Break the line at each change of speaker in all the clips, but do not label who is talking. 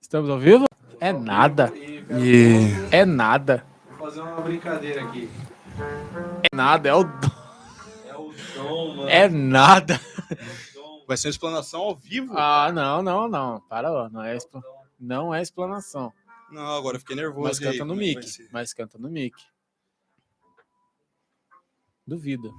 Estamos ao vivo? É nada.
E
É nada.
Vou fazer uma brincadeira aqui.
É nada. É, o...
É o Dom, mano.
é nada.
Dom.
vai ser uma explanação ao vivo?
Ah, não, não, não. Para, ó. Não é, expla- não é explanação.
Não, agora eu fiquei nervoso.
Mas
E aí,
canta no
como é que
mic.
vai ser?
Mas canta no mic. Duvido.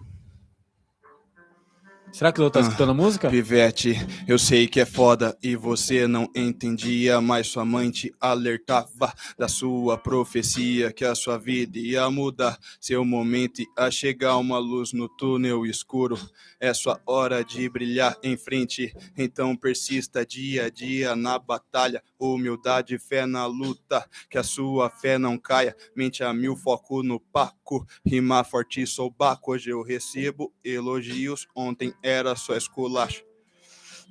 Será que o Lô tá
Ah,
escutando a música?
Pivete, eu sei que é foda e você não entendia, mas sua mãe te alertava da sua profecia que a sua vida ia mudar. Seu momento a chegar uma luz no túnel escuro. É sua hora de brilhar em frente. Então persista dia a dia na batalha. Humildade, fé na luta, que a sua fé não caia. Mente a mil, foco no paco. Rima forte, sou baco. Hoje eu recebo elogios. Ontem era só esculacho.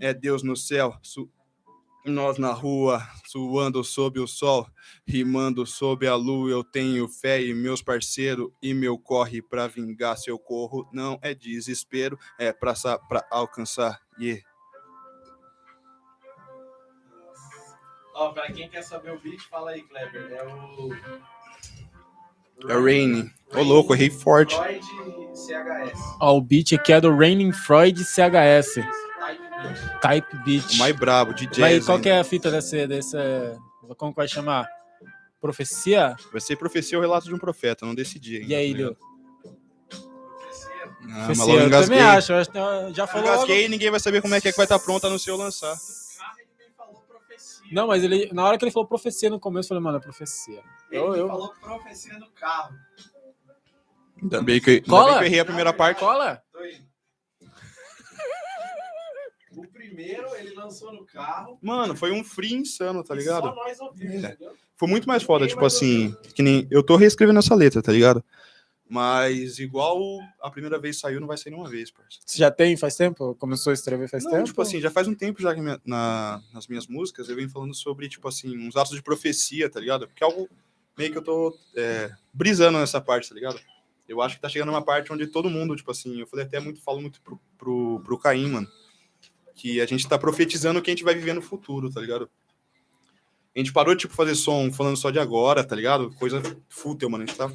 É Deus no céu, su- nós na rua, suando sob o sol, rimando sob a lua. Eu tenho fé e meus parceiros, e meu corre pra vingar. Seu corro não é desespero, é praça pra alcançar. Yeah.
Ó, pra quem quer saber o beat, fala aí, Kleber. É o.
É Rainy. Ô louco, errei forte.
Freud CHS.
Ó, o beat aqui é do Raining Freud CHS.
Isso, Type beat.
Type beat.
O mais brabo, DJ.
Mas aí, qual que é a fita desse, desse. Como que vai chamar? Profecia?
Vai ser profecia ou relato de um profeta, não decidi ainda.
E aí,
tá ligado?
Lio?
Terceiro.
Ah, mas
Profecia,
logo
eu
engasguei.
também acho. eu acho que eu já falou. logo.
Engasguei e ninguém vai saber como é que, é que vai estar pronta no seu lançar.
Cara, ele me falou profecia.
Não, mas ele, na hora que ele falou profecia no começo, eu falei, mano, é profecia.
Ele
eu-
me
eu-
falou profecia no carro.
Ainda bem que, ainda
Cola?
bem que eu errei a primeira parte.
Cola?
Tô indo. O primeiro ele lançou no carro.
Mano, foi um free insano, tá
e
ligado?
Só nós ouvimos,
É.
entendeu?
Foi muito mais foda, tipo assim, que nem. Eu tô reescrevendo essa letra, tá ligado? Mas igual a primeira vez saiu, não vai sair nenhuma vez, parça.
Você já tem faz tempo? Começou a escrever faz
Não,
tempo?
tipo assim, já faz um tempo já que minha- na- nas minhas músicas eu venho falando sobre, tipo assim, uns atos de profecia, tá ligado? Porque é algo meio que eu tô é, brisando nessa parte, tá ligado? Eu acho que tá chegando uma parte onde todo mundo, tipo assim, eu falei até muito, falo muito pro, pro, pro Caim, mano, que a gente tá profetizando o que a gente vai viver no futuro, tá ligado? A gente parou de, tipo, fazer som falando só de agora, tá ligado? Coisa fútil, mano. A gente tá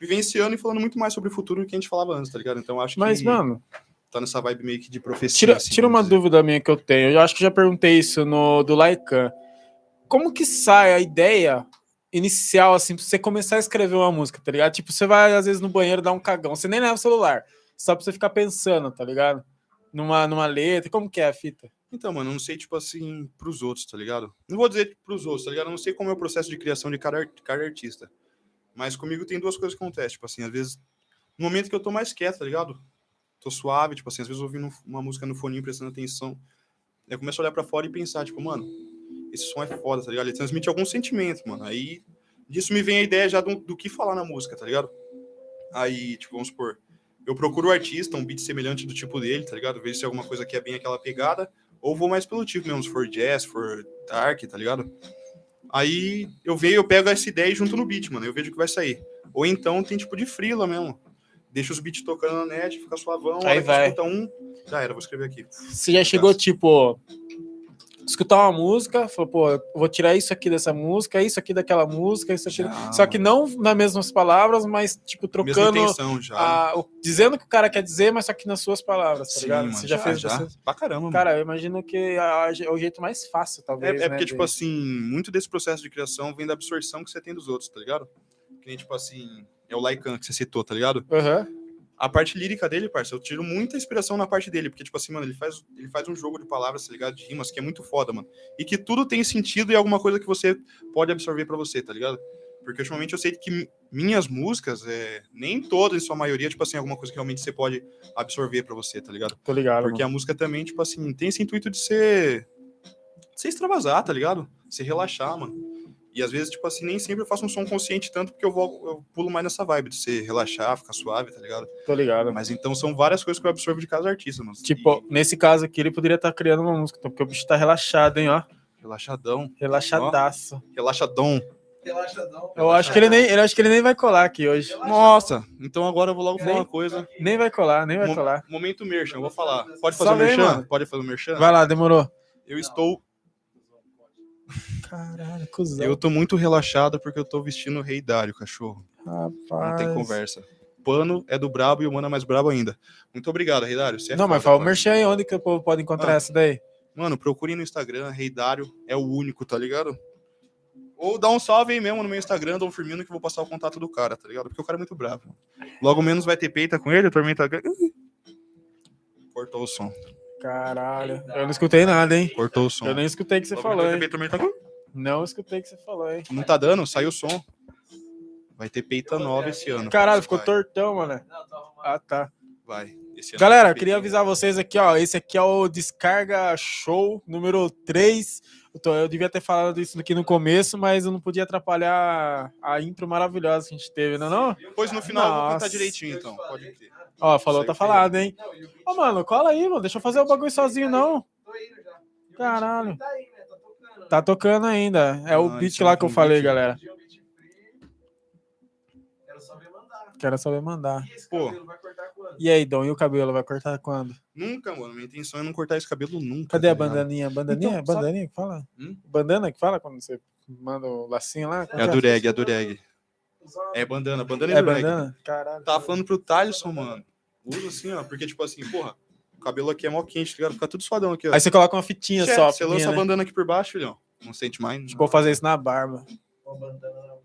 vivenciando e falando muito mais sobre o futuro do que a gente falava antes, tá ligado? Então acho
Mas,
que
mano,
tá nessa vibe meio que de profecia.
Tira,
assim,
tira
vamos
uma
dizer.
dúvida minha que eu tenho. Eu acho que já perguntei isso no do Laikan. Como que sai a ideia inicial, assim, pra você começar a escrever uma música, tá ligado? Tipo, você vai, às vezes, no banheiro dar um cagão, você nem leva o celular, só pra você ficar pensando, tá ligado? Numa, numa letra, como que é a fita?
Então, mano, eu não sei, tipo assim, pros outros, tá ligado? Não vou dizer pros outros, tá ligado? Eu não sei como é o processo de criação de cada, ar- cada artista. Mas comigo tem duas coisas que acontecem, tipo assim, às vezes, no momento que eu tô mais quieto, tá ligado? Tô suave, tipo assim, às vezes ouvindo uma música no fone prestando atenção, eu começo a olhar pra fora e pensar, tipo, mano, esse som é foda, tá ligado? Ele transmite algum sentimento, mano. Aí, disso me vem a ideia já do, do que falar na música, tá ligado? Aí, tipo, vamos supor, eu procuro o artista, um beat semelhante do tipo dele, tá ligado? Vejo se é alguma coisa que é bem aquela pegada ou vou mais pelo tipo mesmo, se for jazz, se for dark, tá ligado? Aí eu vejo, eu pego essa ideia e junto no beat, mano, eu vejo o que vai sair. Ou então tem tipo de frila mesmo. Deixa os beats tocando na net, fica suavão,
Aí
a hora que
vai.
escuta um, já era, vou escrever aqui.
Você já chegou, tipo, escutar uma música, falou, pô, eu vou tirar isso aqui dessa música, isso aqui daquela música, isso aqui.
Já,
só que não nas mesmas palavras, mas, tipo,
Mesma
trocando.
intenção já.
a- o- dizendo o que o cara quer dizer, mas só que nas suas palavras, tá
Sim,
ligado?
mano,
Você já, fez já.
Pra caramba, mano.
Cara, eu imagino que a- a- é o jeito mais fácil,
É,
talvez.
é
né,
porque, tipo
de-
assim, muito desse processo de criação vem da absorção que você tem dos outros, tá ligado? Que nem, tipo assim, é o Lycan que você citou, tá ligado?
Aham.
A parte lírica dele, parça, eu tiro muita inspiração na parte dele, porque, tipo assim, mano, ele faz, ele faz um jogo de palavras, tá ligado? De rimas, que é muito foda, mano. E que tudo tem sentido e é alguma coisa que você pode absorver pra você, tá ligado? Porque ultimamente eu sei que mi- minhas músicas, é, nem todas, em sua maioria, tipo assim, alguma coisa que realmente você pode absorver pra você, tá ligado?
tô ligado.
Porque a música também, tipo assim, tem esse intuito de ser. de se extravasar, tá ligado? Se relaxar, mano. E às vezes, tipo assim, nem sempre eu faço um som consciente tanto, porque eu, vou, eu pulo mais nessa vibe de se relaxar, ficar suave, tá ligado?
mano. Tô ligado.
Mas então são várias coisas que eu absorvo de cada artista, mano. Assim,
Tipo, nesse caso aqui, ele poderia estar criando uma música, então, porque o bicho tá relaxado, hein, ó.
E relaxadão,
Relaxadaço.
relaxadão.
Relaxadão.
Eu acho que ele nem, eu acho que ele nem vai colar aqui hoje.
Relaxadão.
Nossa, então agora eu vou logo falar
Nem-
uma coisa.
Nem vai colar, nem vai
Mo-
colar.
Momento merchan, eu vou falar. Pode
Só
fazer o
vem,
merchan?
mano.
Pode fazer o merchan?
Vai lá, demorou.
Eu estou
Caralho, cuzão.
Eu tô muito relaxado porque eu tô vestindo o rei Dário, cachorro.
Rapaz.
Não tem conversa. Pano é do brabo e o mano é mais brabo ainda. Muito obrigado, rei Dário. Você é
não, mas
foda,
fala o
pai.
merchan aí, onde que o povo pode encontrar
Ah.
essa daí?
Mano, procure no Instagram, Rei Dário é o único, tá ligado? Ou dá um salve aí mesmo no meu Instagram, Dom Firmino, que eu vou passar o contato do cara, tá ligado? Porque o cara é muito bravo. Logo menos vai ter peita com ele, o Tormenta... Cortou o som.
Caralho. Eu não escutei nada, hein?
Cortou o som.
Eu nem escutei o que você
Logo
falou,
menos vai ter
hein?
peita, Tormenta-
Não escutei o que você falou, hein?
Não tá dando, saiu o som. Vai ter peita nova esse ano.
Caralho, ficou
Vai,
tortão, mano.
Não, tô arrumando.
Ah, tá.
Vai. Esse ano
Galera,
vai
eu
ter
queria
peita.
avisar vocês aqui, ó. Esse aqui é o Descarga Show número 3. Eu, tô- eu devia ter falado isso aqui no começo, mas eu não podia atrapalhar a intro maravilhosa que a gente teve, não é não?
Depois no final eu vou
Nossa.
cantar direitinho, então. Pode crer.
Ó, falou,
Sei
tá
que-
falado, hein?
Não, e o beat-
Ô, mano, cola aí, mano. Deixa eu fazer o bagulho sozinho, não.
Tô indo já. E o beat
Caralho.
Tá aí, né? Tá tocando.
Tá tocando ainda. É o
Ah,
beat
isso
lá
não
que eu
foi um
falei,
beat.
galera.
Dia o beat free. Quero só ver mandar.
Quero saber mandar.
E esse
Pô.
cabelo vai cortar quando?
E aí, Dom, e o cabelo? Vai cortar quando?
Nunca, mano. Minha intenção é não cortar esse cabelo
Cadê
nunca. tá
a
ligado?
bandaninha? Bandaninha?
Então, sabe-
bandaninha que fala?
Hum?
Bandana que fala quando você manda o lacinho lá? Como
É a
que
dureg, é a dureg.
Usar uma-
É bandana, bandana e
É
dureg.
bandana? Caralho.
Tava falando pro Thaleson, mano. Usa assim, ó. Porque, tipo assim, porra, o cabelo aqui é mó quente, tá ligado? Fica tudo suadão aqui, ó.
Aí você coloca uma fitinha
Tchê,
só.
você lança
pequenininha,
a
né?
bandana aqui por baixo, filhão. Não sente mais.
Tipo, eu fazer isso na barba.
uma bandana na barba.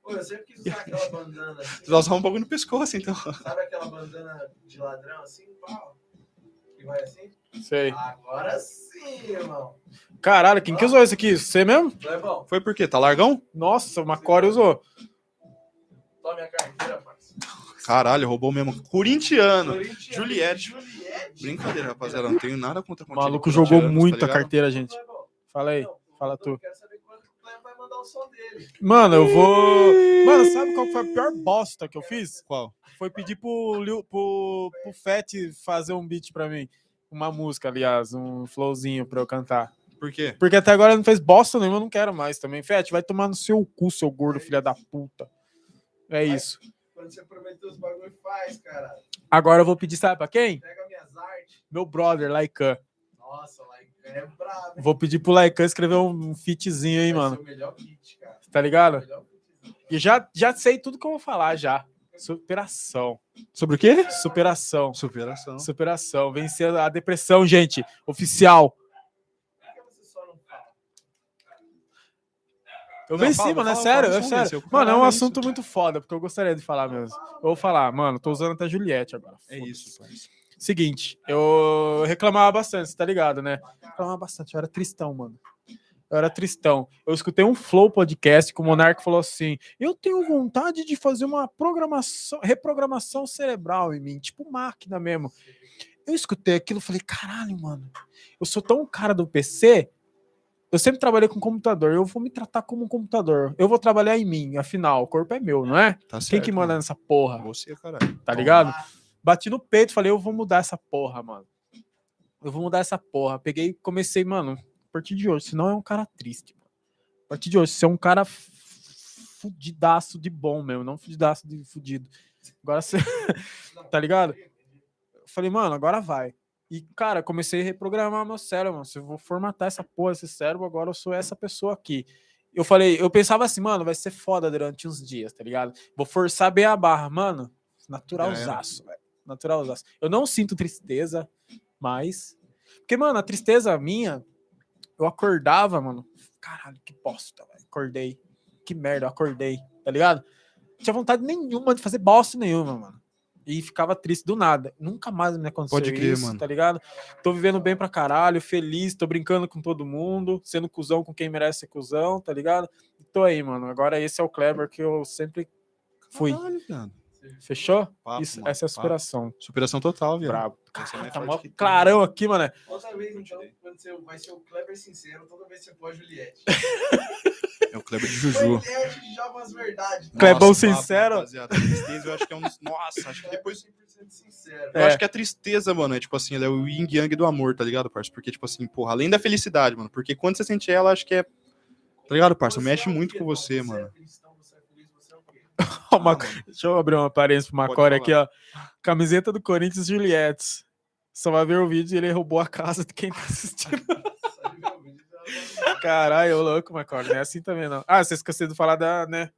Pô, eu sempre quis usar aquela bandana. assim,
Você vai usar um bagulho no pescoço, então.
sabe aquela bandana de ladrão assim? Pau. Que vai assim?
Sei.
Agora sim, irmão. é
Caralho, quem que usou isso aqui? Você mesmo?
Levão,
Foi por quê? Tá largão?
Nossa, o Macore usou.
tome a carteira, parceiro.
Caralho, roubou mesmo. Corintiano.
Corinthians.
Juliette.
Juliette.
Brincadeira, rapaziada. Não tenho nada contra
O
contigo,
maluco jogou
corintianos,
muito
tá
a
ligado?
carteira, gente.
Levão,
Fala aí.
é não,
Fala
eu
tu.
Quero saber quando o Clem vai mandar o som dele.
Mano, eu vou. Mano, sabe qual foi a pior bosta que eu fiz?
Qual?
Foi pedir pro, Lil- pro, pro Fett fazer um beat pra mim. Uma música, aliás, um flowzinho pra eu cantar.
Por quê?
Porque até agora ele não fez bosta nenhuma, eu não quero mais também. Fett, vai tomar no seu cu, seu gordo, filha da puta. É isso.
Quando você prometeu os bagulho, faz, cara.
Agora eu vou pedir, sabe pra quem?
Pega minhas artes.
Meu brother, Laikan.
Nossa, lá é brabo. hein?
Vou pedir pro Laikan escrever um fitzinho aí,
Vai
mano.
ser o melhor kit, cara.
Tá ligado?
Melhor kitzão.
E já, já sei tudo que eu vou falar já. Superação.
Sobre o quê?
Superação.
Superação.
Superação. Vencer a depressão, gente. Oficial.
Por que você só não fala?
Eu
Não,
venci,
fala,
mano. É
fala,
sério,
fala,
é
só
sério.
venceu.
Mano, é um
Caralho, é
assunto
isso.
muito foda, porque eu gostaria de falar mesmo. Eu vou falar, mano, tô usando até Juliette agora.
É isso, parceiro.
Seguinte, eu reclamava bastante, você tá ligado, né? Reclamava bastante, eu era tristão, mano. Eu era tristão. Eu escutei um Flow podcast que o Monark falou assim: Eu tenho vontade de fazer uma programação, reprogramação cerebral em mim, tipo máquina mesmo. Eu escutei aquilo e falei: Caralho, mano, eu sou tão cara do PC. Eu sempre trabalhei com computador, eu vou me tratar como um computador. Eu vou trabalhar em mim, afinal, o corpo é meu, não é?
Tá
Quem
certo.
que manda
mano.
nessa porra?
Você, caralho.
Tá ligado?
Ah,
Bati no peito, falei, eu vou mudar essa porra, mano. Eu vou mudar essa porra. Peguei e comecei, mano, a partir de hoje, senão é um cara triste. Mano. A partir de hoje, você é um cara f- fudidaço de bom mesmo, não fudidaço de fudido. Agora você. tá ligado? Eu falei, mano, agora vai. E, cara, comecei a reprogramar meu cérebro, mano. Se eu vou formatar essa porra, esse cérebro, agora eu sou essa pessoa aqui. Eu falei, eu pensava assim, mano, vai ser foda durante uns dias, tá ligado? Vou forçar bem a barra, mano. Naturalzaço, velho. Naturalzaço. Eu não sinto tristeza, mas. Porque, mano, a tristeza minha, eu acordava, mano. Caralho, que bosta, velho. Acordei. Que merda, eu acordei, tá ligado? Não tinha vontade nenhuma de fazer bosta nenhuma, mano. E ficava triste do nada. Nunca mais me aconteceu
Pode crer,
isso,
mano.
tá ligado? Tô vivendo bem pra caralho, feliz, tô brincando com todo mundo, sendo cuzão com quem merece ser cuzão, tá ligado? E tô aí, mano. Agora esse é o Kleber que eu sempre fui.
Caralho, viado.
Fechou?
Papo,
Isso,
mano,
essa é a
papo.
superação.
Superação total, viado.
Brabo.
Essa é a minha
Tá
forte
mó
que tem.
clarão aqui, mano.
Outra vez, então,
Continue.
quando você vai ser o Kleber sincero, toda vez você pôr a Juliette.
É o Kleber de
Foi
Juju.
Juliette que joga as verdades. né?
Kleber Clebão
papo,
sincero.
rapaziada. Tristeza, eu acho que é um dos... Nossa, acho que
Kleber
depois...
100% sincero.
Eu
É.
acho que a tristeza, mano, é tipo assim, ela é o yin yang do amor, tá ligado, parça? Porque, tipo assim, porra, além da felicidade, mano. Porque quando você sente ela, acho que é. Tá ligado, parça?
Você
Mexe
é o
muito
quê,
com
irmão?
você,
Você
mano. Ah,
é cristão, você é feliz, você é o quê?
Ó, Mac-
mano.
Deixa eu abrir uma parência pro
Pode
Macore
falar.
aqui, ó. Camiseta do Corinthians Juliette. Só vai ver o vídeo e ele roubou a casa de quem tá assistindo.
Só de ver o vídeo, é um já-
Caralho, ô louco, Macaulay. Não é assim também, não. Ah, você esqueceu de falar da, né?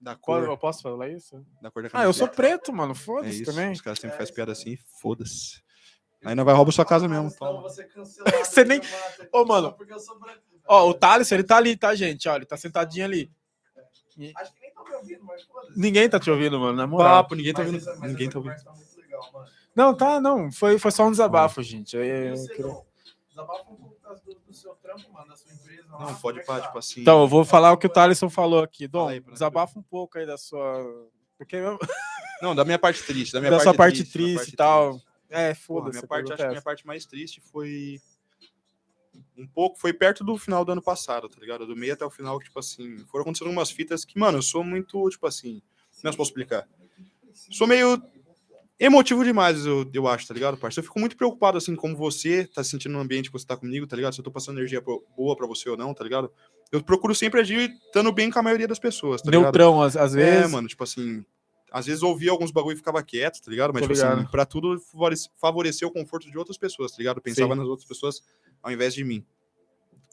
Da
Pode-
cor,
eu posso falar isso?
da cor da
é Ah, eu sou
camiseta.
preto, mano.
É
Foda-se
isso,
também. É.
os caras sempre fazem piada assim e foda-se. Aí não vai roubar sua É casa mesmo.
Então
Toma.
você cancelado.
Você nem-
chamado,
Ô, mano.
só é um Porque eu sou branco.
Ó, o Thales, ele tá ali, tá, gente? Ó, ele tá sentadinho ali.
Acho que nem tá me ouvindo, mas foda-se.
Ninguém tá te ouvindo, mano, na moral.
Papo, ninguém tá
Mas
ouvindo.
essa-
é
mas
Ninguém
essa
tá ouvindo.
conversa tá muito legal, mano.
Não, tá, não. Foi, foi só um desabafo, gente. É,
E
eu
o
queria-
Segão? Desabafa um pouco das- do, do seu trampo, mano, da sua empresa. lá,
Não,
como é
pode
que
pá,
tá?
tipo assim.
Então, eu vou falar o que o Thaleson falou aqui. Dom,
Fala aí pra nós.
desabafa um pouco aí da sua. Porque eu-
Não, da minha parte triste. Da, minha
da
parte
sua parte
da minha
triste
parte
e tal.
triste.
É,
Porra,
foda-se.
minha
a
parte,
pergunta
acho que
é
minha
essa.
parte mais triste foi um pouco, foi perto do final do ano passado, tá ligado? Do meio até o final, tipo assim, foram acontecendo algumas fitas que, mano, eu sou muito, tipo assim, não posso explicar. Sou meio emotivo demais, eu, eu acho, tá ligado, parceiro? Eu fico muito preocupado, assim, como você tá se sentindo no ambiente que você tá comigo, tá ligado? Se eu tô passando energia pro- boa pra você ou não, tá ligado? Eu procuro sempre agir estando bem com a maioria das pessoas, tá ligado?
Neutrão, às, às vezes.
É, mano, tipo assim, às vezes eu ouvia alguns bagulho e ficava quieto, tá ligado? Mas,
Tô
tipo assim,
ligado.
pra tudo favorece- favorecer o conforto de outras pessoas, tá ligado? Eu Pensava
Sim.
nas outras pessoas ao invés de mim.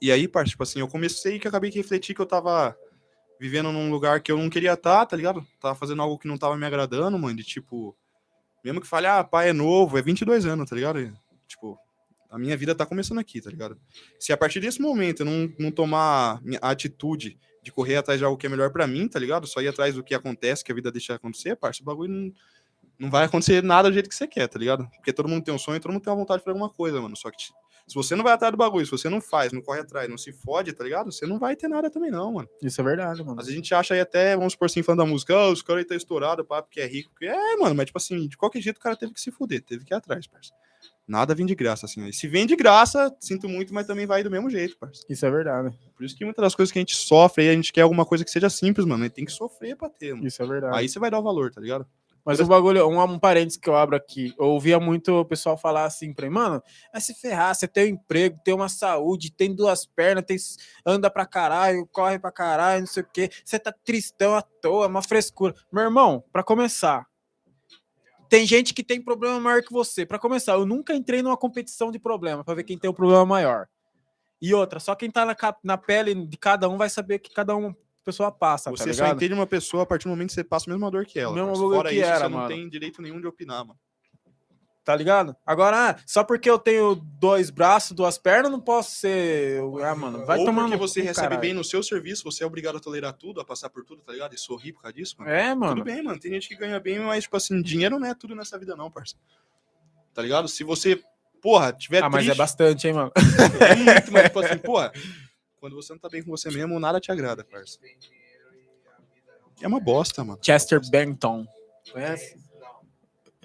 E aí, parça, tipo assim, eu comecei que eu acabei que refleti que eu tava vivendo num lugar que eu não queria estar, tá ligado? Tava fazendo algo que não tava me agradando, mano, de tipo... Mesmo que fale, ah, pai, é novo, é 22 anos, tá ligado? E, tipo, a minha vida tá começando aqui, tá ligado? Se a partir desse momento eu não, não tomar minha- a atitude de correr atrás de algo que é melhor pra mim, tá ligado? Só ir atrás do que acontece, que a vida deixa acontecer, parça, o bagulho não, não vai acontecer nada do jeito que você quer, tá ligado? Porque todo mundo tem um sonho, todo mundo tem uma vontade pra alguma coisa, mano. Só que te- se você não vai atrás do bagulho, se você não faz, não corre atrás, não se fode, tá ligado? Você não vai ter nada também, não, mano.
Isso é verdade, mano.
Mas a gente acha aí até, vamos supor assim, falando da música, ah, os caras aí tá estourado, pá, porque é rico. Porque... É, mano, mas tipo assim, de qualquer jeito o cara teve que se fuder, teve que ir atrás, parça. Nada vem de graça, assim. ó. E se vem de graça, sinto muito, mas também vai do mesmo jeito, parça.
Isso é verdade.
Por isso que muitas das coisas que a gente sofre, aí a gente quer alguma coisa que seja simples, mano. A gente tem que sofrer pra ter, mano.
Isso é verdade.
Aí você vai dar o valor, tá ligado?
Mas o bagulho, um, um parênteses que eu abro aqui. Eu ouvia muito o pessoal falar assim pra mim, mano, vai se ferrar, você tem um emprego, tem uma saúde, tem duas pernas, tem, anda pra caralho, corre pra caralho, não sei o quê. Você tá tristão à toa, uma frescura. Meu irmão, pra começar, tem gente que tem problema maior que você. Pra começar, eu nunca entrei numa competição de problema pra ver quem tem o problema maior. E outra, só quem tá na, cap- na pele de cada um vai saber que cada um pessoa passa, tá
você só
ligado?
entende uma pessoa a partir do momento que você passa a mesma dor que ela.
Mesmo
parça.
bagulho
Fora
que
isso,
era,
você não
mano.
tem direito nenhum de opinar, mano.
tá ligado? Agora, ah, só porque eu tenho dois braços, duas pernas, não posso ser. Ah, mano, vai
Ou
tomar
porque
no
você
cu,
recebe
caralho.
bem no seu serviço, você é obrigado a tolerar tudo, a passar por tudo, tá ligado? E sorrir por causa disso, mano.
É, mano.
Tudo bem, mano. Tem gente que ganha bem, mas, tipo assim, dinheiro não é tudo nessa vida, não, parça. Tá ligado? Se você, porra, tiver
ah, mas é
triste,
bastante, hein, mano.
é muito, mas, tipo assim, porra, quando você não tá bem com você mesmo, nada te agrada, parça. assim. É uma bosta, mano.
Chester Bennington. Conhece?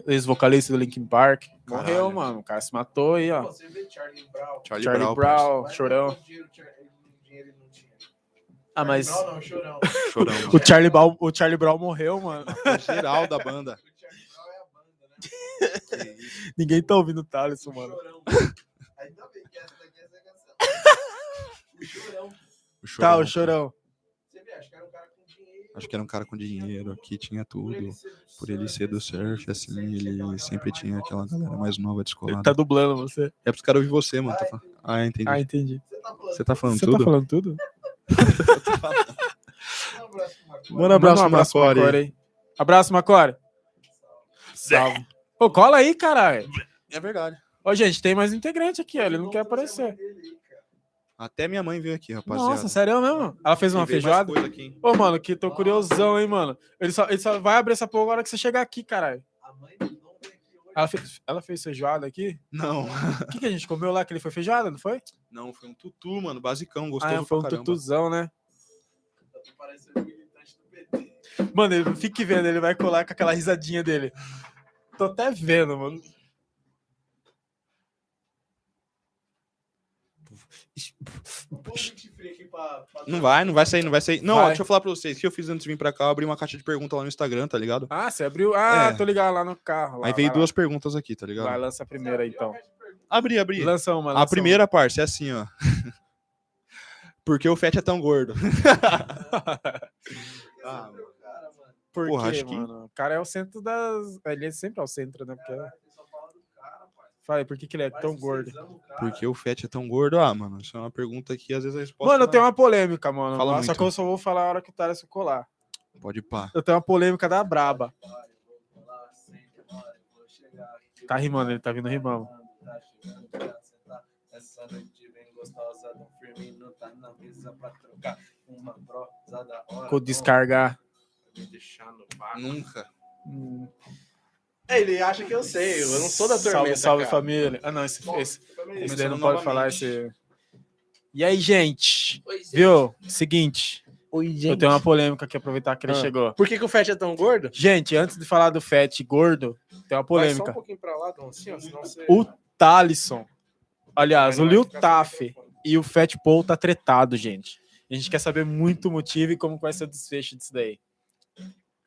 Ex-vocalista do Linkin Park. Morreu,
Caralho.
mano. O cara se matou aí, ó.
Você vê Charlie Brown.
Charlie,
Charlie
Brown,
Brown,
parça.
Vai
chorão.
ver quanto dinheiro Charlie- ele- dinheiro ele não tinha.
Ah, mas.
Charlie Brown não, chorão.
Chorão.
O Charlie, Brown, o Charlie Brown morreu, mano.
mano. geral da banda.
O Charlie Brown é a banda, né?
Ninguém tá ouvindo o Thaleson,
O
mano.
chorão. Ainda bem que essa daqui é essa canção. O chorão.
Tá, o chorão.
Você vê, acho que era um cara com dinheiro.
Acho que era um cara com dinheiro aqui, tinha
Por
tudo.
ele ser do
Por ele
surf,
ser do
assim,
surf, assim,
tinha
ele
aquela
sempre
galera
tinha
mais
aquela
nova,
galera mais nova
Ele
descolada.
tá dublando você.
É pros caras ouvir você, mano. tá
Ai,
falando- Ah, entendi.
Ah, entendi.
Você tá falando.
Você tá falando
Você
tudo?
tá falando tudo?
Manda um
Manda um abraço pro Marco.
abraço,
Manda
abraço Macore.
hein? Abraço, Macore. Salve. Ô, cola aí, caralho.
É verdade.
Ô, gente, tem mais integrante aqui, ó. Ele não
Vamos
quer
trazer a mãe
aparecer.
dele aí, cara.
Até minha mãe veio aqui, rapaziada.
Nossa, sério mesmo? Ela fez uma
Tem mais
feijoada?
coisa aqui, hein?
Ô, mano, que tô curiosão, hein, mano. Ele só, ele só vai abrir essa porra agora que você chegar aqui, caralho.
A mãe do Dom veio aqui hoje. tá?
Ela fez, ela fez feijoada aqui?
Não,
O que, que a gente comeu lá que ele foi feijoada, não foi?
não, foi um tutu, mano, basicão, gostoso
ah, foi um
pra caramba.
tutuzão, né?
Eu tô parecendo um militante do PT.
Mano, ele, fique vendo, ele vai colar com aquela risadinha dele. Tô até vendo, mano.
Vamos gente fria aqui pra, pra
Não vai, não vai sair, não vai sair. Não, ó,
Vai.
deixa eu falar pra vocês, o que eu fiz antes de vir pra cá, eu abri uma caixa de perguntas lá no Instagram, tá ligado?
Ah, você abriu? Ah,
É.
tô ligado lá no carro. lá,
Aí veio
vai lá.
duas perguntas aqui, tá ligado?
Vai, lança a primeira aí, então.
Abri, abri.
Lança uma.
A
lança
primeira, parça, é assim, ó. Por que o Fett é tão gordo? Ah,
Ah,
mano.
cara, mano.
Uma. Por
Porra,
quê,
acho que-
mano? O cara é o centro das. Ele é sempre ao centro, né? Porque...
Caralho, você só fala do cara, pai.
Fala aí, por que, que ele é tão gordo?
Por que o Fett é tão gordo? Ah, mano, isso é uma pergunta que às vezes a resposta.
Mano, eu
não é.
tenho uma polêmica, mano.
Fala
Só
muito.
que eu só vou falar a hora que o Thales colar.
Pode pá.
Eu tenho uma polêmica da braba. Tá rimando, ele tá vindo rimando.
Tá chegando pra sentar. Essa noite bem gostosa do Firmino tá na mesa pra trocar uma prosa da hora.
Vou descargar.
Me deixar no vácuo.
Nunca.
Hum.
É, Ele acha que eu sei, eu não sou da
Salve,
tormenta.
salve
cara.
família. Ah, não, esse, esse,
Família.
esse
Começando
daí não pode
novamente.
falar. Esse... E aí, gente?
Pois é.
Viu? Seguinte,
Oi, gente.
eu tenho uma polêmica aqui, aproveitar que ele
Ah.
chegou.
Por que, que o Fett é tão gordo?
Gente, antes de falar do Fett gordo, tem uma
Vai só um
polêmica.
pouquinho pra lá, Dom, assim, ó, senão você...
O Talisson. Aliás, o
Vai
Lil
ficar sem
Taf
microfone.
e o Fat Paul tá tretado, gente. A gente quer saber muito o motivo e como vai ser o desfecho disso daí.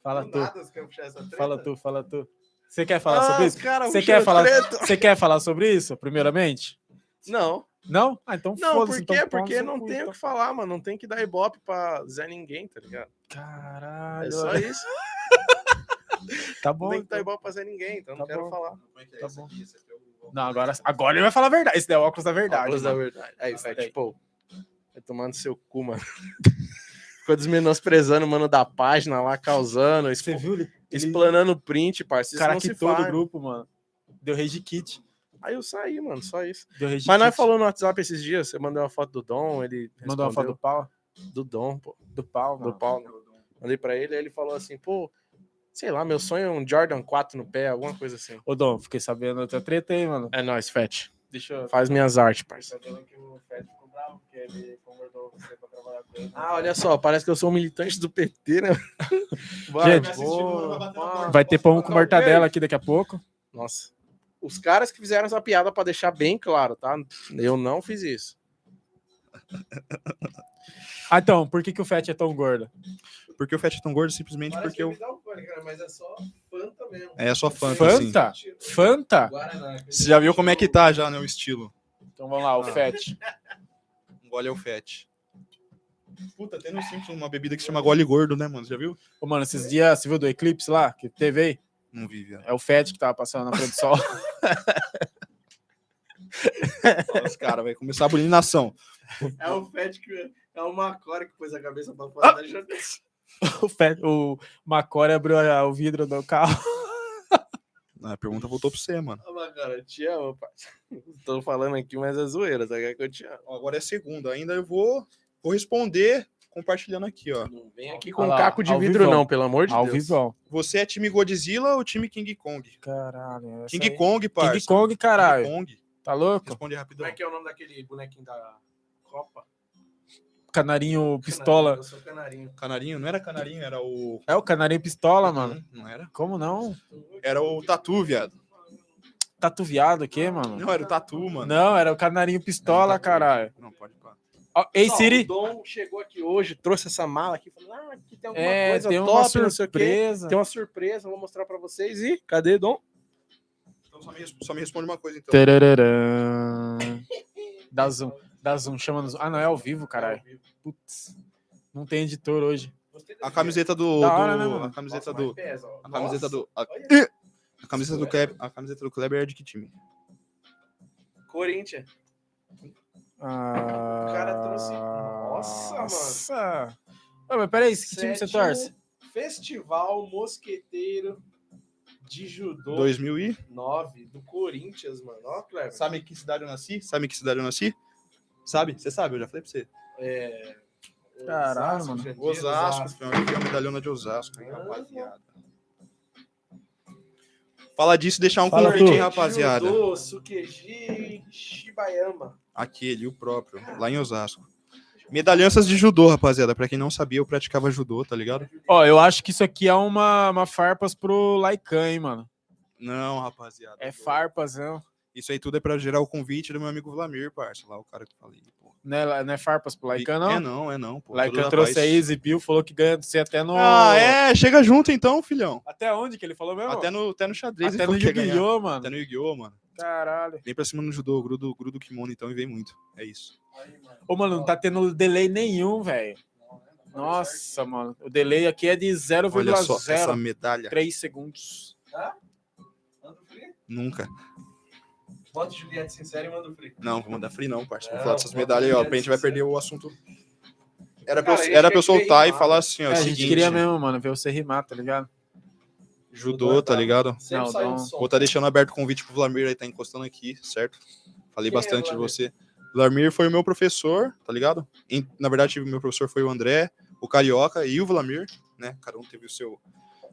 Fala
Do
tu,
nada você quer puxar essa treta?
fala tu, fala tu. Você quer falar sobre
Ah,
isso?
os caras
Você
puxando
quer falar-
treta.
Você quer falar sobre isso, primeiramente?
Não,
Não? Ah, então
não,
foda-se.
por
então toma
quê? Porque
seu
não
cu,
tem o
então.
que falar, mano. Não tem que dar ibope pra Zé ninguém, tá ligado?
Caralho.
É só isso.
Tá
Não
bom.
tem que dar
então.
ibope pra Zé ninguém, então
Tá
não quero
bom.
falar.
Tá bom. Não, agora, agora ele vai falar a verdade. Esse daí é o óculos da verdade.
Óculos da
mano.
verdade. Aí, Fett,
Aí.
tipo, vai tomando seu cu, mano. Ficou desmenosprezando o mano da página lá, causando,
Você
expl...
viu ele?
explanando o print, parceiro.
O cara
que
que todo o grupo, mano. Deu rage kit.
Aí eu saí, mano, só isso.
Deu rage
Mas nós
kit.
falou no WhatsApp esses dias, você mandou uma foto do Dom, ele
Mandou uma foto Ah. do
respondeu.
pau.
do Dom, pô.
Do pau,
do
mano.
Paulo. Mandei pra ele, aí ele falou assim, pô, sei lá, meu sonho é um Jordan 4 no pé, alguma coisa assim.
Ô, Dom, fiquei sabendo outra treta aí, mano.
É nóis, Fett.
Deixa eu.
Faz minhas artes, parça.
Sabendo que o Fed ficou bravo, porque ele concordou com você pra trabalhar com ele.
Ah, olha só, parece que eu sou um militante do PT, né? Bora,
Gente,
me assistindo, mano, vai bater na porta.
Vai ter pão com
Não,
mortadela aqui daqui a pouco.
Nossa. Os caras que fizeram essa piada pra deixar bem claro, tá? Eu não fiz isso.
Ah, então, por que, que o Fett é tão gordo?
Por que o Fett é tão gordo? Simplesmente porque eu.
Mas é só Fanta mesmo.
É só fã.
Fanta? Fanta?
Você já viu como é que tá já, né? O estilo.
Então vamos lá, o
Ah.
Fett.
Gole é o Fett. Puta, tem no Simpsons uma bebida que se chama gole gordo, né, mano? Você já viu?
Ô, mano, esses dias, você viu do Eclipse lá? Que teve aí?
Não vi, viado.
É o Fett que tava passando na frente do sol.
Os caras, vai começar a bulinação.
É o Fett que é o Macora que pôs a cabeça pra
Ah!
fora da janela.
o, Fett, o Macore abriu a- o vidro do carro.
A pergunta voltou pra você, mano.
Ô, Macora, eu te amo, parça. Tô falando aqui, mas é zoeira, sabe? Que eu te amo.
Ó, Agora é segunda. Ainda eu vou, vou responder compartilhando aqui, ó.
Não vem aqui
com caco de vidro, não,
pelo amor
Ao vivão.
Você é time Godzilla ou time King Kong?
Caralho. essa
King
aí-
Kong, parça.
King Kong,
King
caralho.
Kong.
Tá louco?
Responde rapidão.
Como é que é o nome daquele bonequinho da Copa?
Canarinho pistola.
Eu sou canarinho.
Canarinho? Não era canarinho, era o.
É o canarinho pistola, mano.
Não era?
Como não?
Era o Tatu, viado.
Tatuviado o quê, mano?
Não, era o Tatu, mano.
Não, era o canarinho pistola, caralho.
Não, pode pá.
Ó, Ei,
Ó,
Siri.
O Dom chegou aqui hoje, trouxe essa mala aqui, falou: ah, aqui tem alguma
É,
coisa
tem
top,
uma
não sei o quê.
surpresa.
Tem uma surpresa, vou mostrar pra vocês. E cadê, Dom?
Então só me, res- só me responde uma coisa, então.
Tarararã. Dá um zoom, dá zoom, chama no zoom. Ah, não, é ao vivo, caralho. Putz, não tem editor hoje.
A camiseta do.
Da hora,
do-
né, mano?
a camiseta do. A camiseta do. A,
Olha.
a camiseta do Kleber. A camiseta do Kleber é de que time?
Corinthians.
Ah,
cara trouxe- Nossa, mano.
Nossa. Ô, mas peraí, que time você
Sétimo
um.
torce?
um, Festival Mosqueteiro de Judô
2000 e.
9 do Corinthians, mano. Ó, Cleber.
Sabe em que cidade eu nasci? Sabe em que cidade eu nasci? Sabe? Você sabe, eu já falei pra você.
É...
Caralho, mano.
Jandira,
Osasco, filho, aqui é a medalhona de Osasco, hein,
Ah,
rapaziada. Fala disso e deixar um
Fala,
convite, hein,
Arthur.
rapaziada.
Judô, Sukeji, Shibayama.
Aquele, o próprio, lá em Osasco. Medalhanças de judô, rapaziada. Pra quem não sabia, eu praticava judô, tá ligado?
Ó, eu acho que isso aqui é uma, uma farpas pro Laikan, hein, mano.
Não, rapaziada.
É
eu-
farpas, não.
Isso aí tudo é pra gerar o convite do meu amigo Vlamir, parça. Lá o cara que eu falei, pô.
Não é, não é farpas pro Laikan,
É
não?
não, é não, pô. Tudo
Laikan
na
trouxe
paz.
aí, exibiu, falou que ganha de você até no...
Ah, é? Chega junto então, filhão.
Até onde que ele falou mesmo?
Até no, até no xadrez.
Até
ele
no
falou que ia ganhar.
Yu-Gi-Oh, mano.
Até no Yu-Gi-Oh, mano.
Caralho.
Vem pra cima no judô, grudo, grudo o kimono então e vem muito. É isso.
Ô, mano, não tá tendo delay nenhum, velho. Nossa, mano. O delay aqui é de
Olha só, essa
0,03
medalha.
segundos.
Nunca.
Bota Juliette sincera e manda o free.
Não, vou mandar free não, parceiro. Vamos
Não,
É,
falar dessas
não,
medalhas aí, ó.
não,
Pra gente vai
não,
perder o assunto. Era pra,
Cara, é
eu,
eu
era pra eu
cheguei,
soltar e
mano.
falar assim, ó.
É, a gente
seguinte,
queria mesmo, mano, ver você rimar, tá ligado?
judô, tá ligado?
Sempre
Não,
sai um
não.
som.
Vou estar deixando aberto o convite pro Vlamir aí, tá encostando aqui, certo? Falei
Quem é
bastante de
Vlamir?
você. Vlamir foi o meu professor, tá ligado? Em- na verdade, o meu professor foi o André, o Carioca e o Vlamir, né? Cada um teve o seu,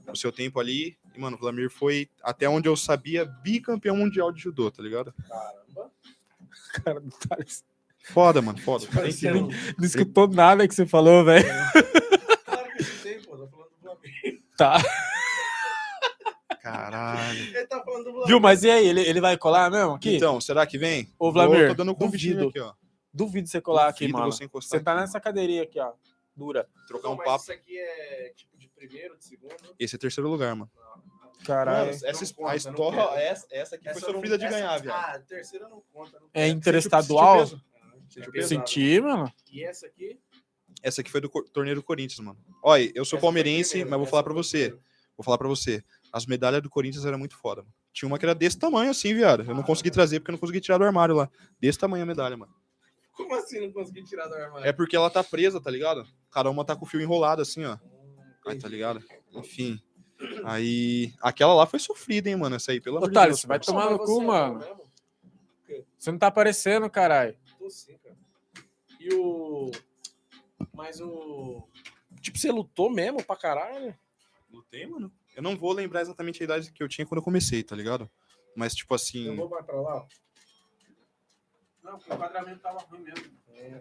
o seu tempo ali. E, mano, o Vlamir foi, até onde eu sabia, bicampeão mundial de judô, tá ligado?
Caramba.
Cara, não parece-
Foda, mano, foda. Tem que
Pareceu
vir.
um-
não escutou nada que você falou, velho.
Claro que eu sei, pô. Tô falando do Flamengo.
Caralho.
Ele tá falando do Flamengo.
Viu? Mas e aí, ele, ele vai colar mesmo aqui?
Então, será que vem?
Ô, Vlamir,
Tô dando um convite
duvido.
aqui, ó.
Duvido você colar aqui,
Duvido
mano.
Você encostar,
Você tá nessa cadeirinha aqui, ó. Dura.
trocar
Não,
um
mas
papo.
Isso aqui é tipo de primeiro, de segundo.
Esse é terceiro lugar, mano.
Caralho.
Mano, essa, é
Não conta,
a
não
história,
quero.
essa, essa aqui
Essa
foi
não-
sofrida de
essa-
ganhar, viado.
Ah, terceira não conta. Não
É
conta.
interestadual?
Sentiu
É
Sentiu
pesado.
peso?
Senti, mano.
E essa aqui?
Essa aqui foi do cor- torneio do Corinthians, mano. Olha, eu sou
Essa foi
palmeirense,
primeira, né?
mas vou
essa
falar pra
foi
você.
primeira.
Vou falar pra você. As medalhas do Corinthians eram muito foda, mano. Tinha uma que era desse tamanho, assim, viado. Eu não consegui trazer porque eu não consegui tirar do armário lá. Desse tamanho a medalha, mano.
Como assim não consegui tirar do armário?
É porque ela tá presa, tá ligado? Cada uma tá com o fio enrolado, assim, ó.
Hum,
Aí,
entendi.
tá ligado? Enfim. Aí. Aquela lá foi sofrida, hein, mano, essa aí, pelo amor
Otário,
de Deus.
você né? vai
mano.
Só
tomar
vai
no
você,
cu,
não,
mano.
mesmo?
Você não tá aparecendo, caralho.
Tô sim, cara. E o. Mas o. Tipo, você lutou mesmo pra caralho?
Lutei, mano. Eu não vou lembrar exatamente a idade que eu tinha quando eu comecei, tá ligado? Mas, tipo
Eu
assim.
vou mais pra lá. ó. Não, porque o enquadramento tava ruim mesmo. É.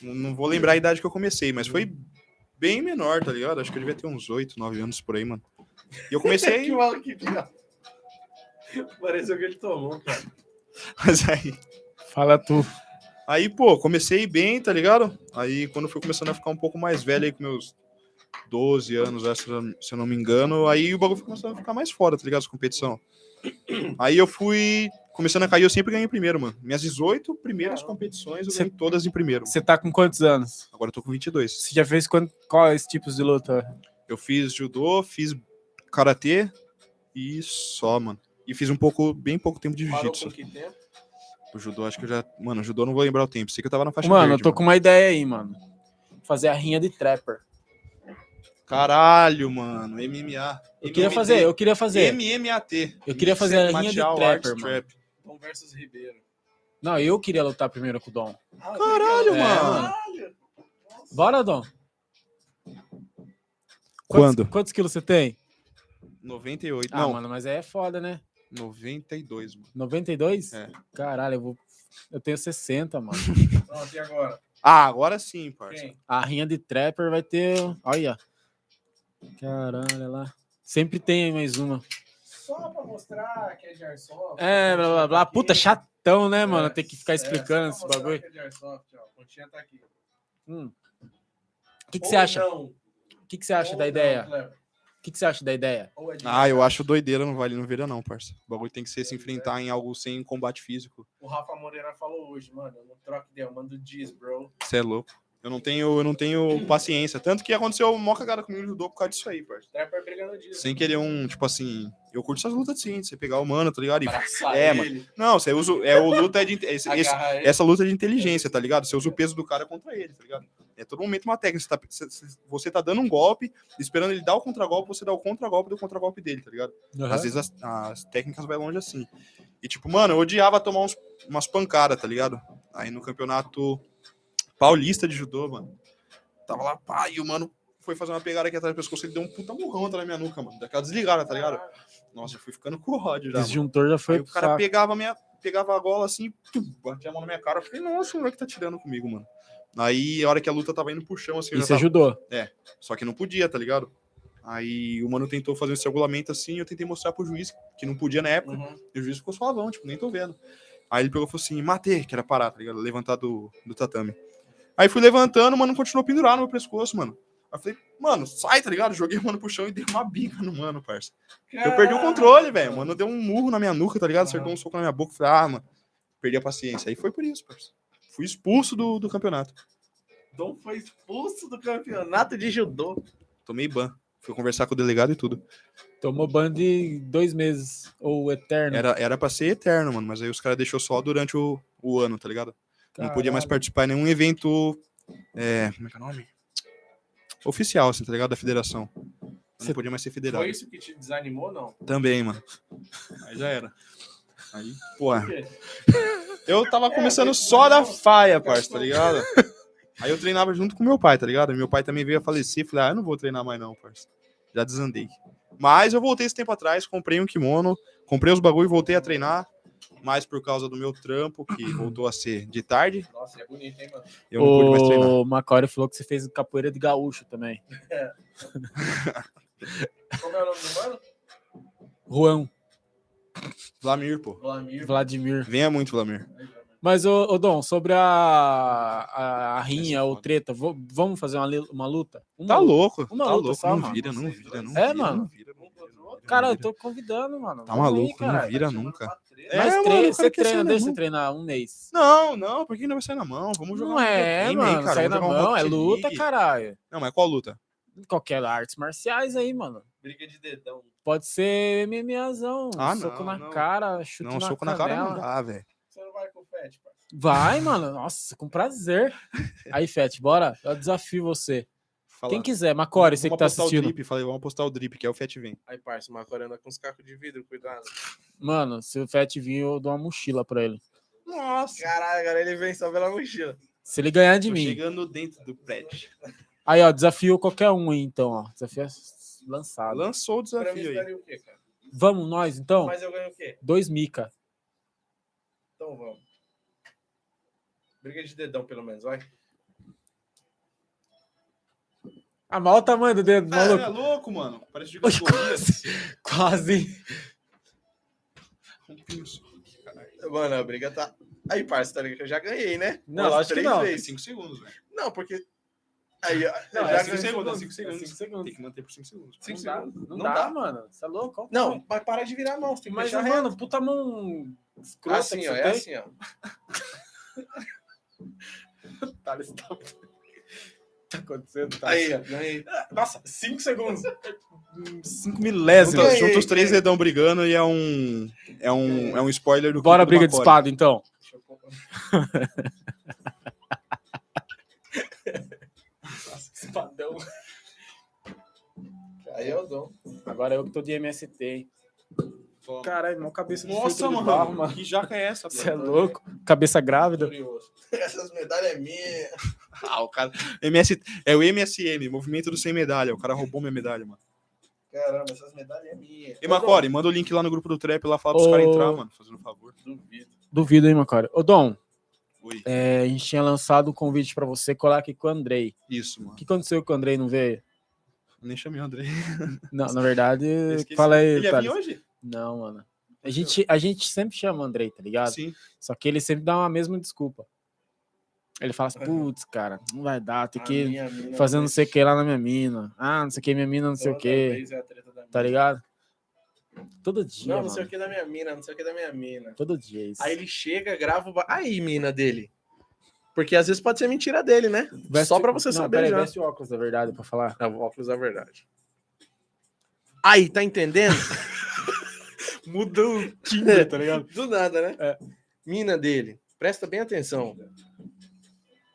Não- Não vou lembrar a idade que eu comecei, mas foi bem menor, tá ligado? Acho que eu devia ter uns 8, 9 anos por aí, mano. E eu
que
comecei,
maluco que viado. Pareceu que ele tomou, cara.
mas aí.
Fala tu.
Aí, pô, comecei bem, tá ligado? Aí, quando eu fui começando a ficar um pouco mais velho, aí com meus 12 anos, acho, se eu- se eu não me engano, aí o bagulho foi começando a ficar mais fora, tá ligado? As competição. Aí eu fui. Começando a cair, eu sempre ganhei em primeiro, mano. Minhas 18 primeiras competições, eu
Cê-
ganhei todas em primeiro.
Você tá com quantos anos?
Agora eu tô com 22.
Você já fez quant... quais tipos de luta?
Eu fiz judô, fiz karatê e só, mano. E fiz um pouco, bem pouco tempo de
Parou com
jiu-jitsu.
que tempo?
O judô, acho que eu já. Mano, judô eu não vou lembrar o tempo. Sei que eu tava na faixa
Mano, eu
verde,
tô com uma ideia aí, mano. Fazer a rinha de trapper.
Caralho, mano. MMA.
Eu queria fazer, eu queria fazer.
MMAT.
Eu queria fazer a linha de
é Martial
trapper,
Arts
mano.
Trap.
Tom versus Ribeiro.
Não, eu queria lutar primeiro com o Dom.
Ah,
Caralho,
É,
mano.
Caralho. Nossa.
Bora, Dom. Quantos-
Quando?
Quantos quilos você tem?
98.
Ah,
não,
mano, mas aí é foda, né?
92, mano.
92?
É.
Caralho, eu vou. Eu tenho 60, mano.
Pronto, e agora?
Ah, agora sim, parça.
Quem?
A rinha de Trapper vai ter. Olha. Caralho, olha lá. Sempre tem aí mais uma.
Só pra mostrar que é de Airsoft.
É, blá blá blá. Puta, chatão, né, mano?
É,
Tem que ficar
é,
explicando
só
esse
pra mostrar
bagulho.
que é de Airsoft, ó. Continha tá aqui.
Hum. O que, que
Ou
você acha?
não,
O que, que você acha
ou
da
não,
ideia?
Cleber.
O que, que você acha da ideia?
Ou é de-
Ah, eu acho doideira, não vale, não vira, não, parça. O bagulho tem que ser se enfrentar em algo sem combate físico.
O Rafa Moreira falou hoje, mano. Eu não troco ideia, eu mando diz, bro.
Você é louco. Eu não tenho, eu não tenho paciência. Tanto que aconteceu mó cagada comigo no judô por causa disso aí, parça.
Trapper brigando diz.
Sem querer um, tipo assim, eu curto essas lutas assim, de você pegar o mano, tá ligado? E-
Abraçar
É,
ele,
Não, você usa. É o luta de. inte- esse- esse-
é,
agarrar ele.
essa luta de inteligência, tá ligado? Você usa o peso do cara contra ele, tá ligado? É todo momento uma técnica. Você tá, você- você- você tá dando um golpe, esperando ele dar o contragolpe, você dá o contragolpe do contragolpe dele, tá ligado? Às vezes as, as técnicas vai longe assim. E tipo, mano, eu odiava tomar uns- umas pancadas, tá ligado? Aí no campeonato paulista de judô, mano. Tava lá, pá, e o mano foi fazer uma pegada aqui atrás do pescoço, ele deu um puta murrão atrás da minha nuca, mano. Daquela desligada, tá ligado? Nossa, eu fui ficando com ódio já. Mano.
Disjuntor já foi
Aí o
pro
cara
saco.
pegava a minha. Pegava a gola assim, tum, batia a mão na minha cara. Eu falei, nossa, o moleque tá tirando comigo, mano. Aí, a hora que a luta tava indo pro chão, assim, eu
E
já
você
tava-
ajudou.
só que não podia, tá ligado? Aí o mano tentou fazer esse regulamento assim, eu tentei mostrar pro juiz que não podia na época.
Uhum.
E o juiz ficou suavão, tipo, nem tô vendo. Aí ele pegou e falou assim, matei, que era parar, tá ligado? Levantar do, do tatame. Aí fui levantando, o mano, continuou pendurado no meu pescoço, mano. Aí eu falei, mano, sai, tá ligado? Joguei o mano pro chão e dei uma bica no mano, parça. Eu perdi o controle, velho. Mano, deu um murro na minha nuca, tá ligado? Acertou um soco na minha boca. Falei, ah, mano, perdi a paciência. Aí foi por isso, parça. Fui expulso do, do campeonato.
Dom foi expulso do campeonato de judô.
Tomei ban. Fui conversar com o delegado e tudo.
Tomou ban de dois meses, ou eterno.
Era, era pra ser eterno, mano, mas aí os caras deixou só durante o, o ano, tá ligado? Não podia mais
Caralho.
participar em nenhum evento. É, como é que é o nome? Oficial, assim, tá ligado? Da federação. Não
Cê-
podia mais ser federal.
Foi isso que te desanimou, não?
Também, mano. Aí já era. Aí, É, pô.
quê?
Eu tava começando só da faia, parça, tá ligado? Aí eu treinava junto com meu pai, tá ligado? Meu pai também veio a falecer. Falei, ah, eu não vou treinar mais, não, parça. Já desandei. Mas eu voltei esse tempo atrás, comprei um kimono, comprei os bagulho e voltei a treinar. Mas por causa do meu trampo, que voltou a ser de tarde,
Nossa, é bonito, hein, mano?
eu não pude mais treinar.
O Macório falou que você fez capoeira de gaúcho também.
Como é o nome do mano?
Juan,
Vlamir, pô.
Vlamir.
Vladimir.
Venha muito, Vlamir.
Mas, ô, ô, Dom, sobre a, a, a rinha
Essa
ou
foda.
treta, vo- vamos fazer uma, li- uma luta? Um Uma
Tá
luta.
louco.
Uma
tá
luta
louco.
só,
não,
mano.
vira, não vira, não
É,
vira,
mano.
Não vira,
Um
não vira, não vira,
Cara,
não
eu
vira.
tô convidando, mano.
Tá
Vamos aí,
maluco, não
cara.
vira nunca.
É.
É,
Mas
mano,
treina,
eu
você
quero que
treina,
seja
deixa
na
você
mão.
treinar um mês.
Não, não, por que não vai sair na mão? Vamos jogar
Não é,
videogame,
mano.
cara,
Sai
vamos
na
jogar um
mão, é
Rocket
luta,
League.
caralho.
Não, mas qual luta?
Qualquer artes marciais aí, mano.
Briga de dedão.
Pode ser MMAzão,
Ah,
um soco
não,
na
não.
cara, chute
não,
na
soco na cara é não
canela.
dá, velho.
Você não vai com o Fed, pai.
Vai, mano, nossa, com prazer. Aí, Fete, bora? Eu desafio você.
Fala,
Quem quiser, Macore, você que
vamos
tá
apostar o
assistindo.
drip, falei, vamos apostar o drip, que é o Fat vem.
Aí, parça, uma corona com os cacos de vidro, cuidado.
Mano, se o Fete vir, eu dou uma mochila pra ele.
Nossa.
Caralho, agora ele vem só pela mochila.
Se ele ganhar de mim.
chegando dentro do prédio.
Aí, ó, desafio qualquer um aí, então, ó. Desafio é lançado.
Ah, Lançou o
Pra mim, isso
desafio aí.
daria o quê, cara?
Vamos nós, então?
Mas eu ganho o quê?
Dois mica.
Então vamos. Briga de dedão, pelo menos, vai.
Ah, mal o tamanho do dedo, maluco.
é louco, mano. Parece de
Oxe, Quase.
Mano, a briga tá. Aí, parça, tá ligado que eu já ganhei, né?
Não,
Umas
lógico que
três
não.
vezes.
segundos, velho.
Não, porque. Aí, ó, eu
Não,
já
é
ganhei.
cinco segundos,
cinco
é cinco segundos.
que manter por 5 segundos.
Cinco
não, dá,
segundos.
não,
Não
dá,
dá.
mano. Você é louco? Qual que
Não,
é?
mas para de virar a mão, você tem que
mas,
deixar reto.
mano, puta mão escrota
Assim,
que
ó,
você
é
tem.
assim, ó.
Tá, isso tá... tá acontecendo, tá?
né? Aí, ó, ganhei.
Nossa, 5 segundos. 5
Junta,
milésimos.
Ganhei,
junta os três
ganhei.
dedão brigando e é um. É um, é um spoiler do
Bora
Clube do
briga de
Macore.
espada, então.
Deixa eu comprar.
Espadão.
Aí é eu dou.
Agora eu que tô de MST, hein?
Toma.
Caralho, mó cabeça de
Nossa,
filtro de
mano,
barro, mano.
Que jaca é essa,
Você é louco? Cabeça grávida?
Essas medalhas é minha.
Ah, o cara. MS... É o MSM, Movimento do Sem Medalha. O cara roubou minha medalha, mano.
Caramba, essas medalhas é minha.
E Macore, manda o link lá no grupo do Trap lá, fala pros
Ô.
caras entrar, mano. Fazendo um favor.
Duvido.
Duvido, hein, meu cara? Ô, Dom,
Oi.
é, a gente tinha lançado um convite pra você colar aqui com o Andrei.
Isso,
O
mano.
que aconteceu que o Andrei não veio?
Nem chamei o Andrei.
Não, na verdade,
esqueci.
fala aí,
Ele ia vir
Thales.
hoje?
Não, mano. A gente, a gente sempre chama o Andrei, tá ligado?
Sim.
Só que ele sempre dá uma mesma desculpa. Ele fala assim, putz, cara, não vai dar, tem que fazer não sei o que lá na minha mina. Ah, não sei o que, minha mina, não sei o que,
é
tá ligado? Todo dia,
Não, não
mano.
sei o que é da minha mina, não sei o que da minha mina.
Todo dia isso.
Aí ele chega, grava o. ba- Aí, mina dele. Porque às vezes pode ser mentira dele, né?
Veste-
Só pra você
Não,
saber
peraí,
já.
veste o óculos da verdade pra falar.
É o óculos da verdade. Aí, tá entendendo?
Mudou o
timbre,
tá ligado?
Do nada, né?
É.
Mina dele, presta bem atenção.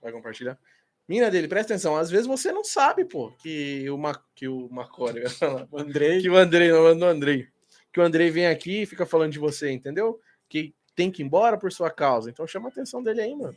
Vai compartilhar? Mina dele, presta atenção. Às vezes você não sabe, pô, que o, Ma... que o Macório, eu ia falar.
O Andrei...
que o Andrei, não, do Andrei. Que o Andrei vem aqui e fica falando de você, entendeu? Que tem que ir embora por sua causa. Então chama a atenção dele aí, mano.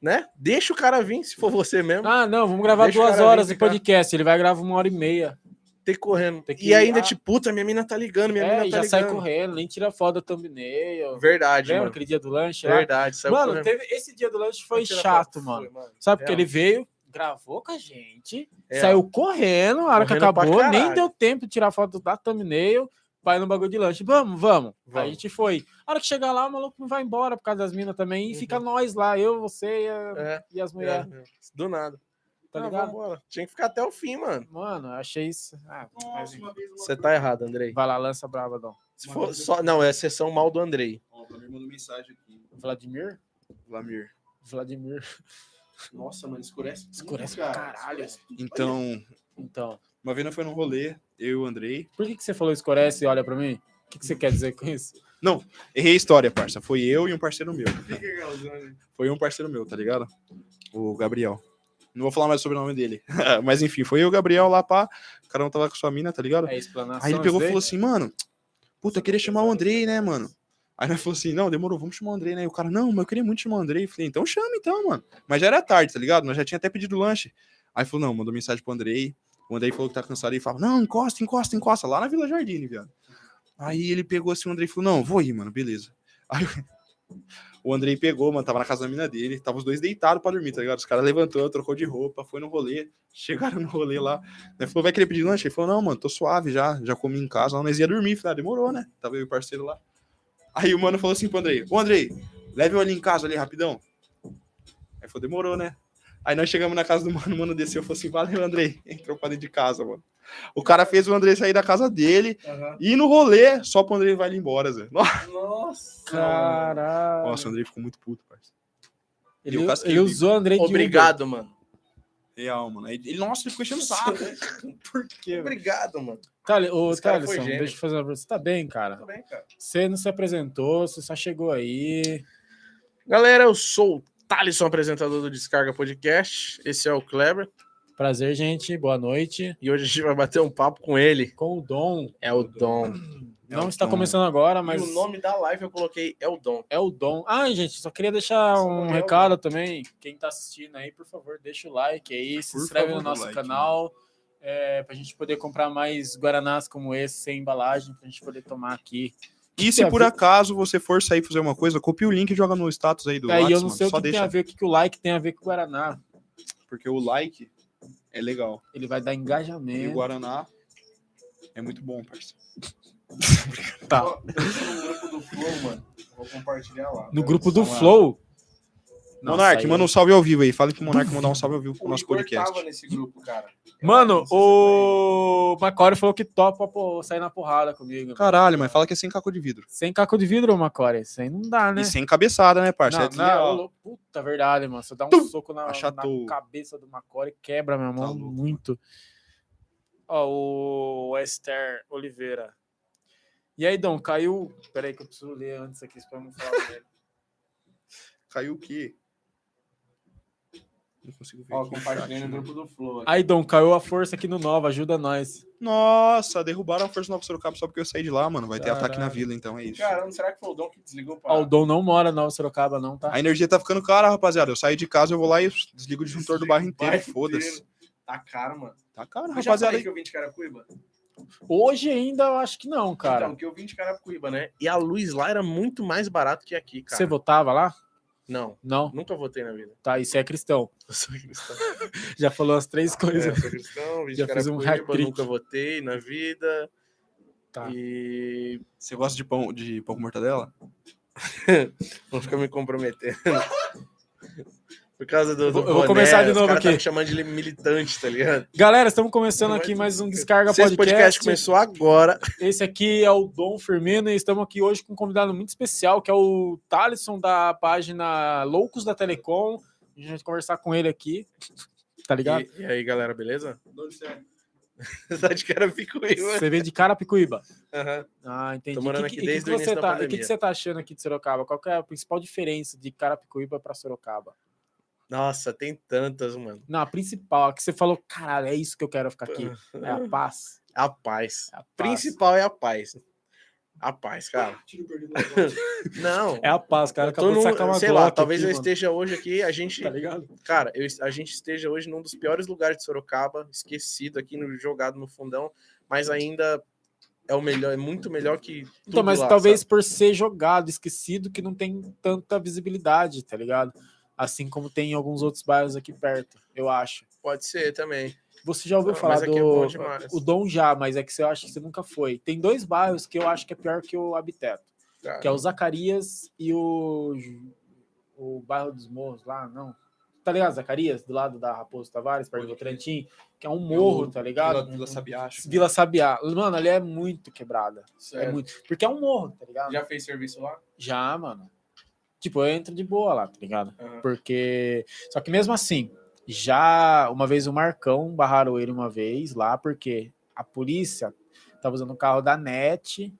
Né? Deixa o cara vir, se for você mesmo.
Ah, não, vamos gravar
Deixa o
duas
cara vir
horas de
ficar.
podcast. Ele vai gravar uma hora e meia.
Tem que correndo.
Tem que
E ainda,
ir, ah.
tipo, puta, minha mina tá ligando, minha
é,
mina
e
tá
já
ligando.
sai correndo, nem tira foto da thumbnail.
Verdade,
Lembra
mano.
aquele dia do lanche lá?
Verdade, saiu
Mano,
correndo.
teve... esse dia do lanche foi
Tira
chato,
foto.
mano.
Foi, mano.
Sabe, porque
Real.
ele veio, gravou com a gente,
É.
saiu correndo, a hora que
Correndo pra
acabou, nem
caralho.
deu tempo de tirar foto da thumbnail, vai no bagulho de lanche. Vamos, vamos. Aí
Vamos.
a gente foi. A hora que chegar lá, o maluco não vai embora por causa das minas também, e
Uhum.
fica nós lá, eu, você e, a-
É.
e as mulheres,
É, do nada.
tá
Ah,
ligado?
vambora. Tinha que ficar até o fim, mano.
Mano, eu achei isso. Ah, mas-
Você tá errado, Andrei.
vai lá, lança brava, Dom.
Se for só... Não, é a sessão mal do Andrei.
Ó, o Vlamir mandou mensagem aqui.
Vladimir?
Vlamir.
Vladimir.
Nossa, mano, escurece.
Escurece pra caralho.
Então,
Então,
Uma vez nós foi num rolê, eu e o Andrei.
Por que, que você falou escurece e olha pra mim? O que, que você quer dizer com isso?
Errei a história, parça. Foi eu e um parceiro meu.
Fica galzão.
Foi um parceiro meu, tá ligado? O Gabriel. Não vou falar mais sobre o nome dele. Mas enfim, foi eu e o Gabriel lá, pá. O cara não tava com sua mina, tá ligado?
É explanação.
Aí ele pegou e
isso
falou
daí?
assim, mano, puta, eu queria chamar o Andrei, né, mano? Aí nós falou assim, não, demorou, vamos chamar o Andrei, né? E o cara, não, mas eu queria muito chamar o Andrei. Eu falei, então chama então, mano. Mas já era tarde, tá ligado? Nós já tinha até pedido lanche. Aí falou, não, mandou mensagem pro Andrei. O Andrei falou que tá cansado e fala, não, encosta, encosta, encosta, lá na Vila Jardim, viado. Aí ele pegou assim, o Andrei falou, não, vou ir, mano, beleza. Aí o Andrei pegou, mano, tava na casa da mina dele, tava os dois deitados pra dormir, tá ligado? Os caras levantou, trocou de roupa, foi no rolê, chegaram no rolê lá, ele falou, vai querer pedir lanche? Ele falou, não, mano, tô suave já, já comi em casa, lá nós ia dormir. Falei, ah, demorou, né? Tava eu e o parceiro lá. Aí o mano falou assim pro Andrei, ô Andrei, leve eu ali em casa ali rapidão. Aí falou, demorou, né? Aí nós chegamos na casa do mano, o mano desceu e falou assim, valeu, Andrei. Entrou pra dentro de casa, mano. O cara fez o Andrei sair da casa dele
Aham.
e ir no rolê, só pro Andrei vai ali embora, Zé. Nossa,
Nossa.
Caralho.
o Andrei ficou muito puto, parceiro.
ele,
eu casquei
ele
o bico.
usou o Andrei de
Obrigado, mano.
Real, mano. Aí Ele, nossa, ele ficou enchendo o saco.
Por quê?
Obrigado, mano.
Tali, ô,
Esse cara foi
Thaleson,
gênio.
deixa eu fazer uma pergunta. Você tá bem, cara?
Tudo bem, cara.
Você não se apresentou, você só chegou aí.
Galera, eu sou o Thaleson, apresentador do Descarga Podcast. Esse é o Kleber.
Prazer, gente. Boa noite.
E hoje a gente vai bater um papo com ele.
Com o Dom.
É o Dom.
Não
o
está
Dom.
começando agora, mas
E o nome da live eu coloquei é o Dom.
é o Dom. Ah, gente, só queria deixar
Só
um
morreu,
recado também. Quem tá assistindo aí, por favor, deixa o like aí, se
Por
inscreve
favor,
no nosso
like,
canal. É, pra gente poder comprar mais Guaranás como esse, sem embalagem, pra gente poder tomar aqui.
E
Tem
se
a
por
ver-
acaso você for sair fazer uma coisa, copia o link e joga no status aí do
Tá Aí
WhatsApp,
eu não sei o
Só
que tem a
deixa,
ver, o que, que o like tem a ver com o Guaraná.
porque o like é legal.
Ele vai dar
E o
engajamento.
Guaraná é muito bom, parceiro.
Tá.
Ó, eu tô no grupo do Flow, mano. Vou compartilhar lá.
No
Tá?
grupo do
Vamos lá.
Flow.
Monark,
Nossa,
manda um
aí- é
salve ao vivo aí. Fala pro Monark mandar um salve ao vivo pro
O
nosso
Igor
podcast.
tava nesse grupo, cara. Eu
Mano,
acho que
o Macore falou que topa pô, sair na porrada comigo.
Caralho, mas fala que é sem caco de vidro.
Sem caco de vidro, Macore. Isso aí não dá, né?
E sem cabeçada, né,
Não,
parceiro? É
não,
desleal.
ô, lou- puta verdade, mano. Você dá um soco na,
Achatou.
na cabeça do Macore, quebra minha mão
Tá louco,
muito. Ó, o Esther Oliveira. E aí, Dom, caiu. Peraí, que eu preciso ler antes aqui pra não falar dele.
Caiu o quê? Não consigo ver.
Ó,
Tá aqui no
compartilhei
chat,
no
mano.
grupo do Flow. aqui.
Aí, Dom, caiu a força aqui no Nova, ajuda nós.
Nossa, derrubaram a Força Nova Sorocaba só porque eu saí de lá, mano. Vai ter ataque na
Caralho.
vila, então é isso.
Caramba, será que foi o Dom que desligou
Ó, o
parada?
Dom não mora em Nova Sorocaba, não, tá?
A energia tá ficando cara, rapaziada. Eu saí de casa, eu vou lá e desligo o disjuntor do bairro inteiro.
Bairro
Foda-se.
inteiro. Tá caro, mano.
Tá caro,
Eu já falei
rapaziada.
que eu vim de Caracuíba?
Hoje ainda eu acho que não, cara.
Então, que eu vim de Caracuíba, né?
Né? E a luz lá era muito mais barato que aqui, cara.
Você votava lá?
Não,
Não,
nunca votei na vida.
tá. Isso é cristão.
Eu sou cristão.
Já falou as três coisas.
É, sou cristão, vim de
Já fiz um
Carapicuíba,
hat-trick.
nunca votei na vida.
Tá.
E
Você gosta de pão, de pão com mortadela?
não fica me comprometendo. Por causa do. do
Eu vou- eu vou começar de
os
novo
caras Tá
aqui.
me chamando de militante, tá ligado?
Galera, estamos começando
Não, é
aqui
mas-
mais um Descarga
Se esse
Podcast.
podcast começou agora.
Esse aqui é o Dom Firmino e estamos aqui hoje com um convidado muito especial, que é o Thaleson da página Loucos da Telecom. A gente vai conversar com ele aqui. Tá ligado?
E, e aí, galera, beleza?
De onde você é?
tá de cara fico eu.
Você vem de Carapicuíba.
Aham.
Ah, entendi.
Tô morando
E que-
aqui
e que
desde
que
o
você
início da
tá, E o que,
pandemia.
que você tá achando aqui de Sorocaba? Qual que é a principal diferença de Carapicuíba para Sorocaba?
Nossa, tem tantas, mano.
Não, a principal, a que você falou, caralho, é isso que eu quero ficar aqui. É a paz.
A paz.
É a paz.
Principal é a paz. A paz, cara.
Tira o perdido da voz.
Não.
É a paz, cara.
eu tô
Acabou de
num-
sacar uma
sei lá,
Glock
talvez
aqui,
eu
mano.
esteja hoje aqui, a gente,
Tá ligado?
cara, eu- a gente esteja hoje num dos piores lugares de Sorocaba, esquecido aqui, no, jogado no fundão, mas ainda é o melhor, é muito melhor que tudo
Então, mas
lá,
talvez
sabe?
por ser jogado, esquecido, que não tem tanta visibilidade, tá ligado? Assim como tem em alguns outros bairros aqui perto, eu acho.
pode ser também.
Você já ouviu
Não,
falar
mas aqui é bom
do
demais.
o Dom já, mas é que você acha que você nunca foi. Tem dois bairros que eu acho que é pior que o Habiteto,
Cara,
que é o Zacarias e o o bairro dos Morros lá, não. Tá ligado, Zacarias, do lado da Raposo Tavares, perto do Votorantim, que é um morro, tá ligado?
Vila, Vila Sabiá, acho.
Vila Sabiá. Mano, ali é muito quebrada. É
Certo.
muito. Porque é um morro, tá ligado?
Já fez serviço lá?
Já, mano. Tipo, eu entro de boa lá, tá ligado?
Aham.
Porque. Só que mesmo assim, Já uma vez o Marcão barraram ele uma vez lá, porque a polícia tava usando o carro da NET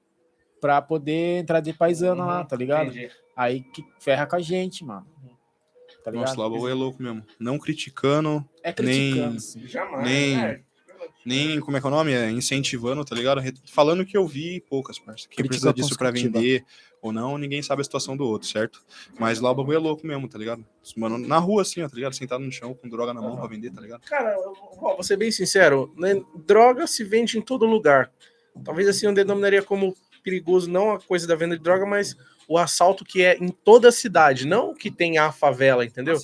pra poder entrar de paisana lá, tá ligado?
Entendi.
Aí que ferra com a gente, mano. Tá ligado?
Nossa, Labu é louco mesmo. Não criticando,
é
nem-
criticando, sim.
Jamais.
Nem-
é.
nem, como é que é o nome? É, incentivando, tá ligado? Re- Falando que eu vi poucas, parça. Que
Crítica
precisa disso pra
construtiva.
vender ou não, ninguém sabe a situação do outro, certo? Mas lá o bagulho é louco mesmo, tá ligado? Os Mano, na rua assim, ó, tá ligado? Sentado no chão com droga na mão pra vender, tá ligado?
Cara, eu- ó, vou ser bem sincero, né, droga se vende em todo lugar. Talvez assim eu denominaria como perigoso não a coisa da venda de droga, mas o assalto que é em toda a cidade, não o que tem a favela, entendeu?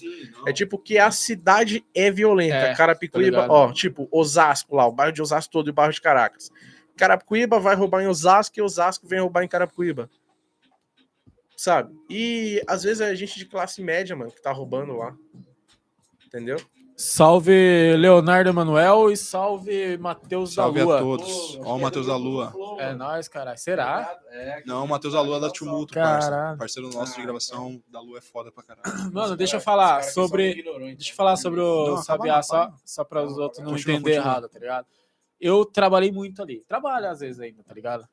É tipo que a cidade é violenta.
Ah, É, tá
Carapicuíba,
ligado?
ó, tipo Osasco lá, o bairro de Osasco todo e o bairro de Caracas. Carapicuíba vai roubar em Osasco e Osasco vem roubar em Carapicuíba. Sabe? E às vezes é gente de classe média, mano, que tá roubando lá. Entendeu?
Salve Leonardo Emanuel e salve Matheus da
Salve a
Lua.
todos. Ó o Matheus da Lua.
É nóis, caralho. Será?
É, que-
Não, o Matheus da Lua é da Tumulto,
Caralho.
parça. Parceiro nosso de
Ah,
gravação da Lua é foda pra caralho.
Mano, deixa eu
Os caras-
falar
os caras que
sobre.
são ignorantes,
Deixa eu
né?
falar sobre o
Não, acaba
Sabiá,
não,
só,
fala.
só para os outros não
Continua,
entender
continua.
errado, tá ligado? Eu trabalhei muito ali. Trabalho às vezes ainda, tá ligado?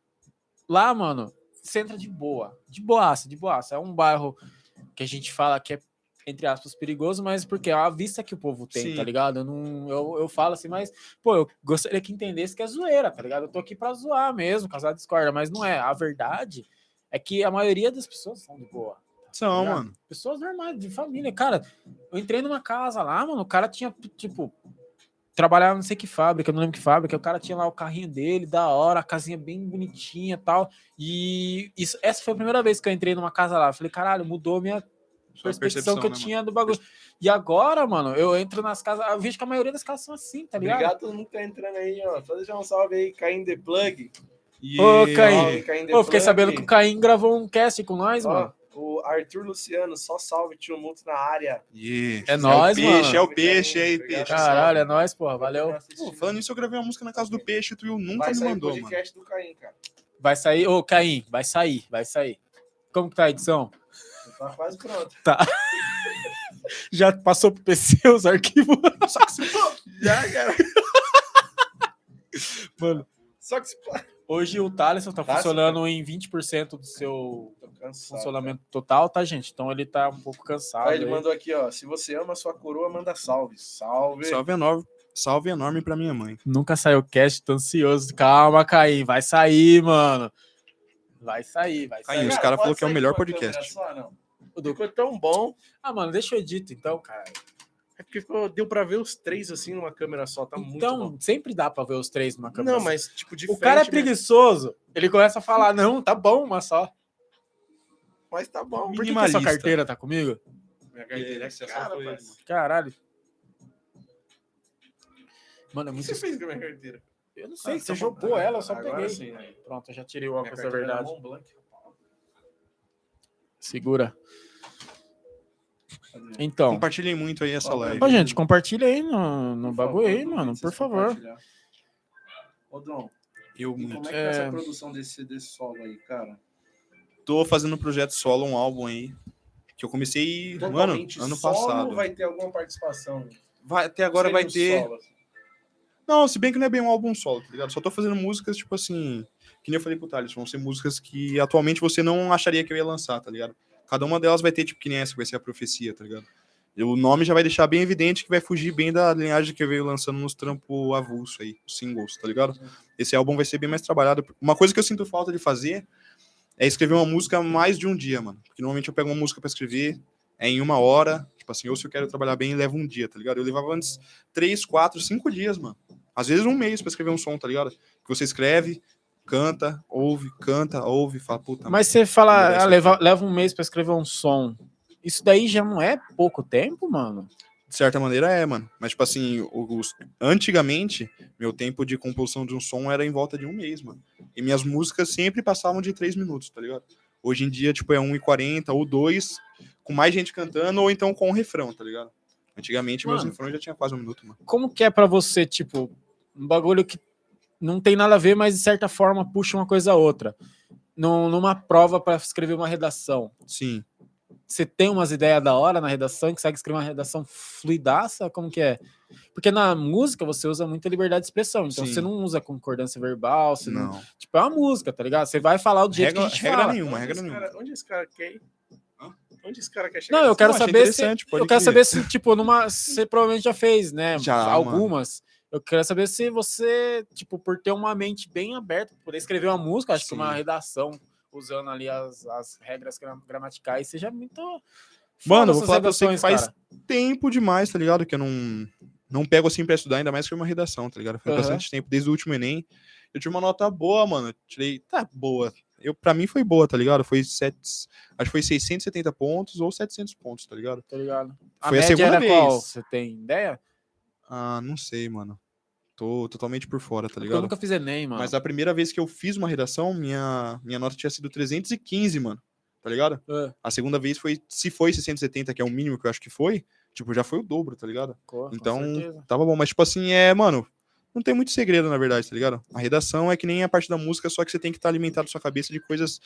Lá, mano, você entra de boa. De boaça, de boaça. É um bairro que a gente fala que é, entre aspas, perigoso, mas porque é a vista que o povo tem,
Sim.
tá ligado? Eu, não, eu, eu falo assim, mas, pô, eu gostaria que entendesse que é zoeira, tá ligado? Eu tô aqui pra zoar mesmo, causar discorda, mas não é. A verdade é que a maioria das pessoas são de boa.
São,
Obrigado.
mano.
Pessoas normais, de família. Cara, eu entrei numa casa lá, mano. O cara tinha, tipo, trabalhava não sei que fábrica, não lembro que fábrica. O cara tinha lá o carrinho dele, da hora, a casinha bem bonitinha e tal. E isso, essa foi a primeira vez que eu entrei numa casa lá. Eu falei, caralho, mudou minha
Só a
percepção que eu
né, mano?
tinha do bagulho. E agora, mano, eu entro nas casas. Eu vejo que a maioria das casas são assim, tá ligado?
Obrigado a todo mundo que tá entrando aí, ó. Só deixar um salve aí, Caim The Plug.
E-
Ô, Caim.
Salve, Caim The
Pô, eu fiquei
Plug.
sabendo que o Caim gravou um cast com nós,
Ó,
mano.
O Arthur Luciano, só salve, tio Muto na área.
Yeah.
É nóis,
o peixe,
mano.
é o peixe, aí,
Obrigado,
peixe.
salve.
Caralho, é nóis, porra. Valeu.
Pô, falando nisso, eu gravei uma música na casa do peixe, tu Will nunca
Vai
me
sair
mandou,
o
mano.
podcast do Caim, cara.
Vai sair. Ô, Caim, vai sair, vai sair. Como que tá a edição?
Tá quase pronto.
Já passou pro PC os arquivos?
Já, cara.
Mano,
Só que se pá.
hoje o Thaleson tá
Thaleson,
funcionando em 20% do seu
Tô cansado.
funcionamento total, tá, gente? Então ele tá um pouco cansado.
Aí ele
aí.
mandou aqui, ó. Se você ama a sua coroa, manda salve. Salve.
Salve enorme, salve enorme pra minha mãe.
Então.
Nunca saiu cast, tô ansioso. Calma, Caim, vai sair, mano. Vai sair, vai
Caim,
sair.
os
Cara,
cara
pode
falou que é o
sair
melhor
com a câmera
podcast.
só, não?
Ficou tão bom.
Ah, mano, deixa eu edito então, cara.
É porque ficou- deu pra ver os três assim numa câmera só. Tá muito
então, sempre dá pra ver os três numa
bom.
câmera.
Não,
só.
mas tipo, de
o cara é
frente mesmo.
preguiçoso. Ele começa a falar, não, tá bom, uma só.
Mas tá
Por
bom.
que, que a
Minimalista.
sua carteira tá comigo?
Minha
E
carteira
aí,
é
você
cara,
assaltou ele,
parça.
mano.
Caralho. Mano, é
O que
muito
você fez com a minha carteira?
Eu não sei,
Ah,
você
tá bom.
jogou ela, eu só
Agora
peguei.
sim, né?
Pronto, eu já tirei o
Minha
óculos, é
carteira
verdade.
Mont Blanc.
Segura. Então.
Compartilhem muito aí essa
Ó, é
live.
Ó, gente, compartilha aí no, no
Por
bagulho aí,
favor,
mano, por
vocês
favor.
compartilhar. Ô, Dom,
Eu
e como
muito.
é que tá
É.
essa produção desse, desse solo aí, cara?
Tô fazendo um projeto solo, um álbum aí. Que eu comecei, mano,
Totalmente
ano
solo
passado.
vai ter alguma participação?
Vai- até agora
Seria
vai
um
ter.
solo, assim.
Não, se bem que não é bem um álbum solo, tá ligado? Só tô fazendo músicas, tipo assim. Que nem eu falei pro Thales, vão ser músicas que atualmente você não acharia que eu ia lançar, tá ligado? Cada uma delas vai ter, tipo, que nem essa, que vai ser a profecia, tá ligado? E O nome já vai deixar bem evidente que vai fugir bem da linhagem que eu veio lançando nos trampo avulso aí, os singles, tá ligado? Esse álbum vai ser bem mais trabalhado. Uma coisa que eu sinto falta de fazer é escrever uma música mais de um dia, mano. Porque normalmente eu pego uma música pra escrever, é em uma hora, tipo assim, ou se eu quero trabalhar bem, leva um dia, tá ligado? Eu levava antes três, quatro, cinco dias, mano. Às vezes um mês pra escrever um som, tá ligado? Que você escreve, canta, ouve, canta, ouve, fala, puta,
Mas você fala,
Beleza.
ah, leva, leva um mês pra escrever um som. Isso daí já não é pouco tempo, mano?
De certa maneira é, mano. Mas, tipo assim, o- os- antigamente, meu tempo de composição de um som era em volta de um mês, mano. E minhas músicas sempre passavam de três minutos, tá ligado? Hoje em dia, tipo, é 1h40 ou 2, com mais gente cantando, ou então com um refrão, tá ligado? Antigamente, meus
Mano.
refrões já tinha quase um minuto, mano.
Como que é pra você, tipo, um bagulho que não tem nada a ver, mas de certa forma puxa uma coisa a outra? Num- numa prova pra escrever uma redação.
Sim.
Você tem umas ideias da hora na redação, que consegue escrever uma redação fluidaça? Como que é? Porque na música você usa muita liberdade de expressão, então
Sim.
você não usa concordância verbal, você não.
Não.
Tipo, é uma música, tá ligado? Você vai falar do jeito
Regra,
que a gente
regra
fala.
nenhuma, regra
esse
nenhuma.
cara, onde esse cara quer ir?
Hã?
Onde esse cara quer chegar?
Não, eu quero
Não, achei
saber se.
interessante, pode
Eu quero
crer.
saber se, tipo, numa. Você provavelmente já fez, né?
Já,
Algumas. Eu quero saber se você, tipo, por ter uma mente bem aberta, por poder escrever uma música, acho que uma
Sim.
redação, usando ali as, as regras gra- gramaticais, seja muito. foda
Mano, vou
essas
falar pra você que
redações,
faz
cara.
tempo demais, tá ligado? Que eu não, não pego assim pra estudar, ainda mais que foi uma redação, tá ligado? Foi
Aham.
bastante tempo, desde o último Enem. Eu tive uma nota boa, mano. eu Tirei, tá boa. Eu, pra mim foi boa, tá ligado? Foi sete, acho que foi 670 pontos ou 700 pontos, tá ligado?
Tá ligado? A
Foi a
média
segunda
era qual?
vez.
Você tem ideia?
Ah, não sei, mano. Tô totalmente por fora, tá
Porque Eu
ligado?
nunca fiz Enem, mano.
Mas a primeira vez que eu fiz uma redação, minha, minha nota tinha sido 315, mano. Tá ligado?
Ah,
A segunda vez foi, se foi 670, que é o mínimo que eu acho que foi, tipo, já foi o dobro, tá ligado?
co- com
Então,
certeza.
tava bom. Mas, tipo assim, é, mano, não tem muito segredo, na verdade, tá ligado? A redação é que nem a parte da música, só que você tem que estar alimentado sua cabeça de coisas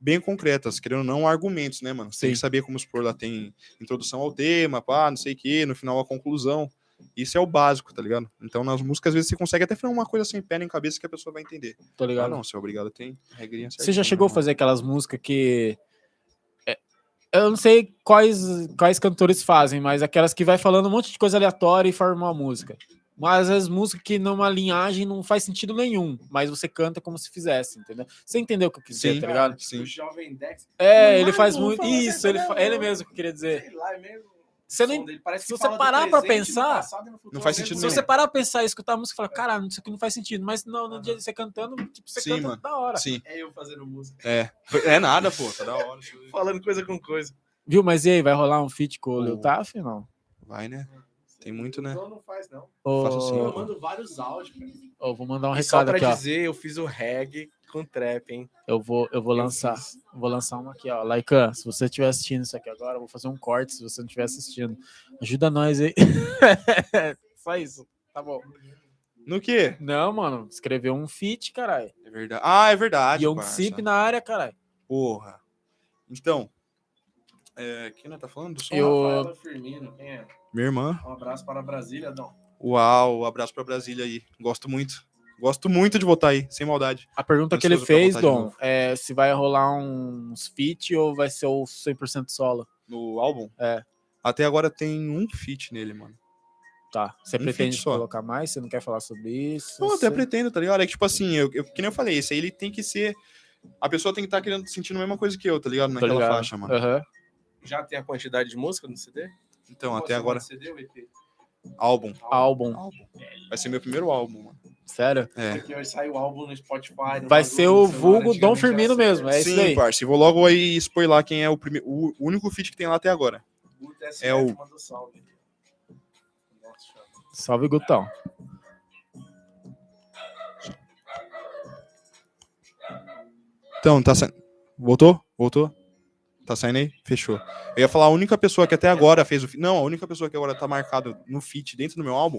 bem concretas, querendo ou não, argumentos, né, mano? Você tem que
Sim.
saber como expor lá, tem introdução ao tema, pá, não sei o quê, no final a conclusão. Isso é o básico, tá ligado? Então, nas músicas, às vezes, você consegue até falar uma coisa sem pé nem cabeça que a pessoa vai entender.
Tô
Ah,
Tá ligado.
não, você é obrigado, tem regrinha
Você já
certinha,
chegou a
né,
fazer aquelas músicas que. é, Eu não sei quais, quais cantores fazem, mas aquelas que vai falando um monte de coisa aleatória e forma uma música. Mas as músicas que numa linhagem não faz sentido nenhum, mas você canta como se fizesse, entendeu? Você entendeu o que eu quis dizer,
Sim.
tá ligado?
Sim.
O Jovem Dex,
É,
Não,
ele faz
não
muito.
fala
Isso, ele, fa-
sertanejo.
ele mesmo que eu queria dizer.
sei lá, é mesmo.
Você não,
som dele, parece
se
que
você
fala do
parar pra
presente, do
pensar,
passado e do futuro
não faz
ao
sentido
mesmo
se
nenhum.
você
tempo.
parar pra pensar e escutar a música e falar, caralho, isso aqui não faz sentido, mas não, no dia de você cantando, tipo, você
Sim,
canta
mano.
da hora.
Sim,
É eu fazendo música.
é. É nada, pô, tá da hora. isso aí.
Falando coisa com coisa.
Viu? Mas e aí, vai rolar um feat com o Lil
O-
Taf, não?
Vai, né? Tem muito, né?
Então Não, não faz, não.
Faço assim,
Ô,
Eu mando vários áudios, cara.
Eu vou mandar um
E só
recado
pra
aqui, ó.
dizer, eu fiz o reggae com trap, hein?
Eu vou, eu vou lançar. Vou lançar uma aqui, ó. Laikan, se você estiver assistindo isso aqui agora, eu vou fazer um corte se você não estiver assistindo. Ajuda nós aí. Só isso. Tá bom.
No quê?
Não, mano. Escreveu um feat, caralho.
É verdade. Ah, é verdade.
E um
parça.
sip na área, caralho.
Porra. Então, é, quem não tá falando? Do som?
Eu-
Rafaela Firmino, quem é?
Minha irmã.
Um abraço para Brasília, Dom.
Uau, um abraço pra Brasília aí. Gosto muito. Gosto muito de votar aí, sem maldade.
A pergunta que ele
Ansioso pra
fez,
voltar de
Dom,
novo.
é se vai rolar uns feat ou vai ser o 100% solo.
No álbum?
É.
Até agora tem um feat nele, mano.
Tá. Você
Um
pretende
feat só.
colocar mais? Você não quer falar sobre isso?
Eu
Você-
até pretendo, tá ligado? É que, tipo assim, eu, eu- que nem eu falei, esse aí ele tem que ser. A pessoa tem que estar querendo sentindo a mesma coisa que eu, tá ligado?
Tô
Naquela
ligado.
faixa, mano.
Aham.
Já tem a quantidade de música no CD?
Então,
Pô,
até
você
agora,
CD o EP.
álbum.
Álbum.
Álbum. Vai ser meu primeiro álbum, mano.
Sério?
É.
Porque hoje sai o álbum no Spotify. no
Vai
bagulho,
ser o
no celular,
vulgo Dom
antigamente era
Firmino
assim,
mesmo. É isso
Sim,
aí.
parça. E vou logo aí expor lá quem é o, prime... o único feat que tem lá até agora.
O TSF
É o-
mandou salve. Nossa, chama.
Salve, Gutão.
Então, tá saindo. Voltou? Voltou? Tá saindo aí? Fechou. Eu ia falar, a única pessoa que até agora fez o feat. Não, a única pessoa que agora tá marcada no feat dentro do meu álbum.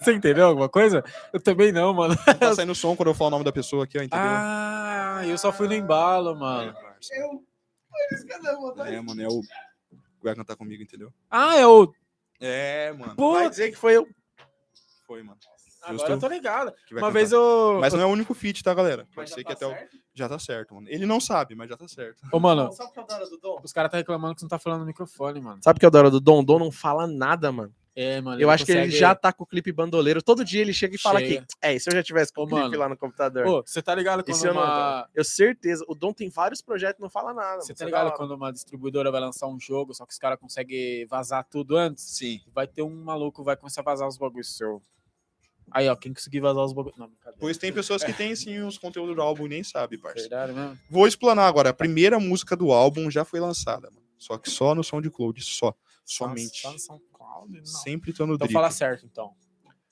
Você entendeu alguma coisa? Eu também não, mano.
Não tá saindo o som quando eu falar o nome da pessoa aqui, ó, entendeu?
Ah, eu só fui no embalo, mano.
Eu. Por isso que eu não vou dar
É, mano, é o. Vai cantar comigo, entendeu?
Ah, é o.
É, mano.
Vai
Putz,
dizer que foi eu.
Foi, mano.
agora eu tô ligado.
que vai
Uma
cantar.
vez eu.
Mas não é o único feat, tá, galera?
Mas
Pode
já
ser que
tá
até o.
certo?
Já tá certo, mano. Ele não sabe, mas já tá certo.
Ô, mano,
Sabe o que é o da hora do Dom?
os caras tá reclamando que você não tá falando no microfone, mano.
Sabe o que é o da hora do Dom? O Dom não fala nada, mano.
É, mano.
Eu acho que ele
consegue-
já tá com o clipe bandoleiro. Todo dia ele chega e fala
Chega.
aqui. É, e se eu já tivesse com
Ô,
o clipe
mano.
lá no computador?
Ô, você tá ligado quando
Esse eu não,
uma.
Eu certeza. O Dom tem vários projetos e não fala nada.
Você
mano.
tá
Isso é da
ligado
hora.
quando uma distribuidora vai lançar um jogo, só que os caras conseguem vazar tudo antes?
Sim.
Vai ter um maluco, vai começar a vazar os bagulhos seu. Aí, ó, quem conseguir vazar os bagulhos. Não, brincadeira. É
Pois tem pessoas que têm, sim, os conteúdos do álbum e nem sabe, parça.
Verdade mesmo?
Vou explanar agora. A primeira música do álbum já foi lançada, mano. Só que só no SoundCloud, só. Somente.
Tá no SoundCloud? Não.
Sempre tô no
Então
drible.
fala certo, então.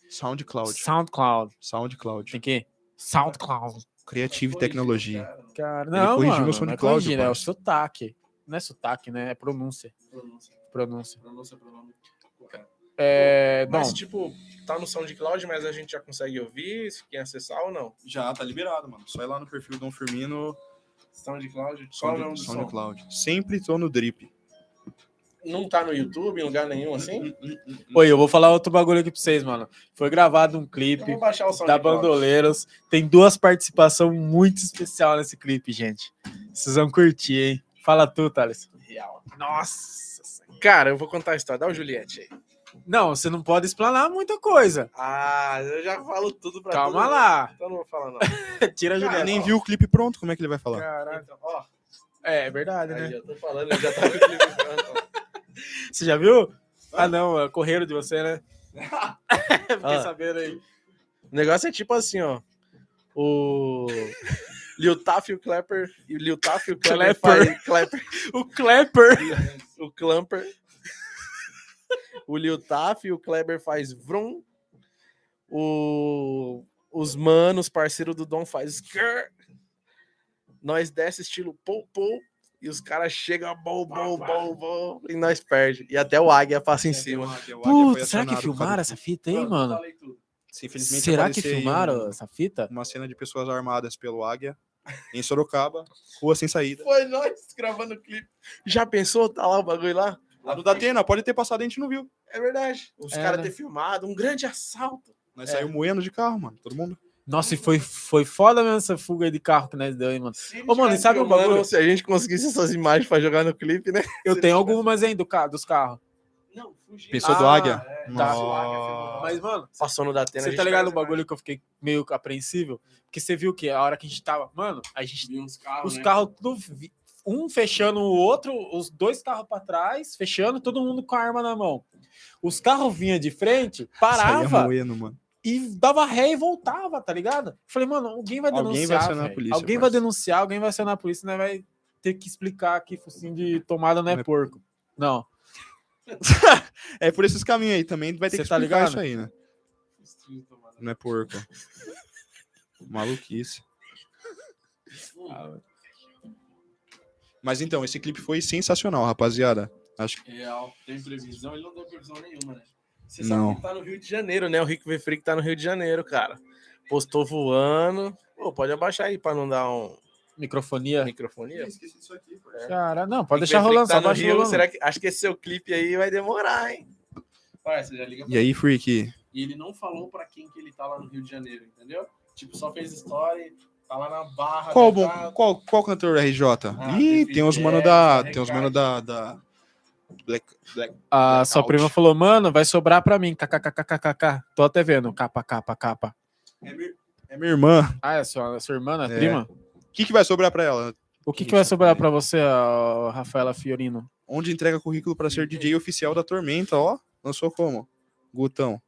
SoundCloud.
SoundCloud.
SoundCloud.
Tem que SoundCloud.
Criative
Corrige,
tecnologia.
cara,
Cara,
Ele
não,
corrigiu
mano,
meu
não é
SoundCloud,
corrigir, né? É o
parça.
sotaque. Não é sotaque, né? É pronúncia.
Pronúncia,
Pronúncia.
pronúncia, pronome correto.
É, bom,
Mas, tipo, tá no SoundCloud, mas a gente já consegue ouvir, se quer acessar ou não.
Já tá liberado, mano. Só ir lá no perfil do Dom um Firmino.
SoundCloud, qual é o
Sound,
nome do som?
SoundCloud. Sempre tô no drip.
não tá no YouTube, em lugar nenhum assim?
Oi, eu vou falar outro bagulho aqui pra vocês, mano. Foi gravado um
Eu vou
clipe
baixar o som
da
de volta.
Bandoleiros. Tem duas participações muito especial nesse clipe, gente. Vocês vão curtir, hein? Fala tu, Thales.
Real.
Nossa. Senhora.
Cara, eu vou contar a história. Dá o Juliette aí.
Não, você não pode explanar muita coisa.
Ah, eu já falo tudo pra
Calma
todo
lá.
mundo. Então eu não vou falar, não.
Tira a
Cara,
Juliana.
nem viu o clipe pronto, como é que ele vai falar?
Caralho.
Então, ó,
É, é verdade, né?
aí eu tô falando, eu já tava me livrando.
Você já viu? Ah, não, é correram de você, né? Fiquei
Ah.
sabendo aí.
O negócio é tipo assim, ó. O. Lil Taf e o Clapper. E o Lil Taf e o Clapper.
Clapper.
faz- Clapper.
O Clapper.
O Clamper. O Lil Taf e o Kleber faz Vroom. O... Os manos, parceiro do Dom, faz Grr. Nós desce estilo pou pou. E os caras chegam bom, bom, bom, bom. E nós perde. E até o Águia passa em cima.
Puta, será que filmaram essa fita aí,
Pronto,
mano?
falei tudo.
Infelizmente,
Será que
apareceu aí
filmaram
um-
essa fita?
Uma cena de pessoas armadas pelo Águia, em Sorocaba, rua sem saída.
Foi nós gravando o clipe. Já pensou? Tá lá o bagulho lá?
A do Datena, pode ter passado, a gente não viu.
É verdade. Os
É,
caras
né?
ter filmado um grande assalto.
Nós
É.
saímos moendo de carro, mano, todo mundo.
Nossa, e foi, foi foda mesmo essa fuga aí de carro que nós deu, hein, mano?
Se
Ô, mano, e
eles
sabe um
filmando,
bagulho?
Se a gente conseguisse essas imagens pra jogar no clipe, né?
Eu tenho algumas ainda do ca- dos carros.
Não, fugiu.
Pensou do
Ah,
Águia?
é,
tá.
Nossa.
Mas, mano,
Passou no Datena. a
você
gente
tá ligado no
faz um
bagulho que eu fiquei meio apreensível? Porque você viu que a hora que a gente tava. Mano, a gente
Vi uns carros,
os
né?
carros tudo vi- um fechando o outro, os dois carros para trás, fechando, todo mundo com a arma na mão. Os carros vinham de frente,
é Saía
parava
moendo, mano.
e dava ré e voltava, tá ligado? Falei, mano, alguém vai denunciar.
Alguém vai acionar a
velho.
polícia,
Alguém vai
parça.
denunciar, alguém vai acionar a polícia, né? Vai ter que explicar que focinho de tomada não é
Não é-
porco. Não.
É por esses caminhos aí também, vai ter
Cê
que
tá
explicar
ligado?
isso aí, né? Não é porco. Maluquice.
Hum,
Ah,
Mas então, esse clipe foi sensacional, rapaziada.
Real. Tem previsão? Ele não deu previsão nenhuma, né?
Você sabe
Não.
que tá no Rio de Janeiro, né? O Rico V Freak tá no Rio de Janeiro, cara. Postou voando. Pô, pode abaixar aí pra não dar um
Microfonia. É.
microfonia.
Esqueci disso aqui, pô.
Cara, não, pode
Rico
deixar
V Freak
rolando,
tá
só
no
baixa o
Rio.
volume.
Será que... Acho que esse seu clipe aí vai demorar, hein?
Parça, já liga pra
E aí, Freak?
E ele não falou pra quem que ele tá lá no Rio de Janeiro, entendeu? Tipo, só fez story, tá lá na barra.
Qual,
deve
bom,
tá-
qual, qual cantor RJ?
Ah,
Ih,
teve
tem uns mano
Jack,
da.
Zé
Tem uns
Ricardo.
mano da. da- Black, Black.
tá
A sua
Blackout.
prima falou, mano, vai sobrar pra mim. KKKKKK. Tô até vendo. Capa, capa, capa.
É meu-
É minha irmã.
Ah, é sua, sua irmã, a
É.
prima?
O que, que vai sobrar pra ela?
O que, que
Isso,
vai sobrar
também.
pra você, ó, Rafaela Fiorino?
Onde entrega currículo pra ser
é.
DJ oficial da Tormenta, ó. Lançou como? Gutão.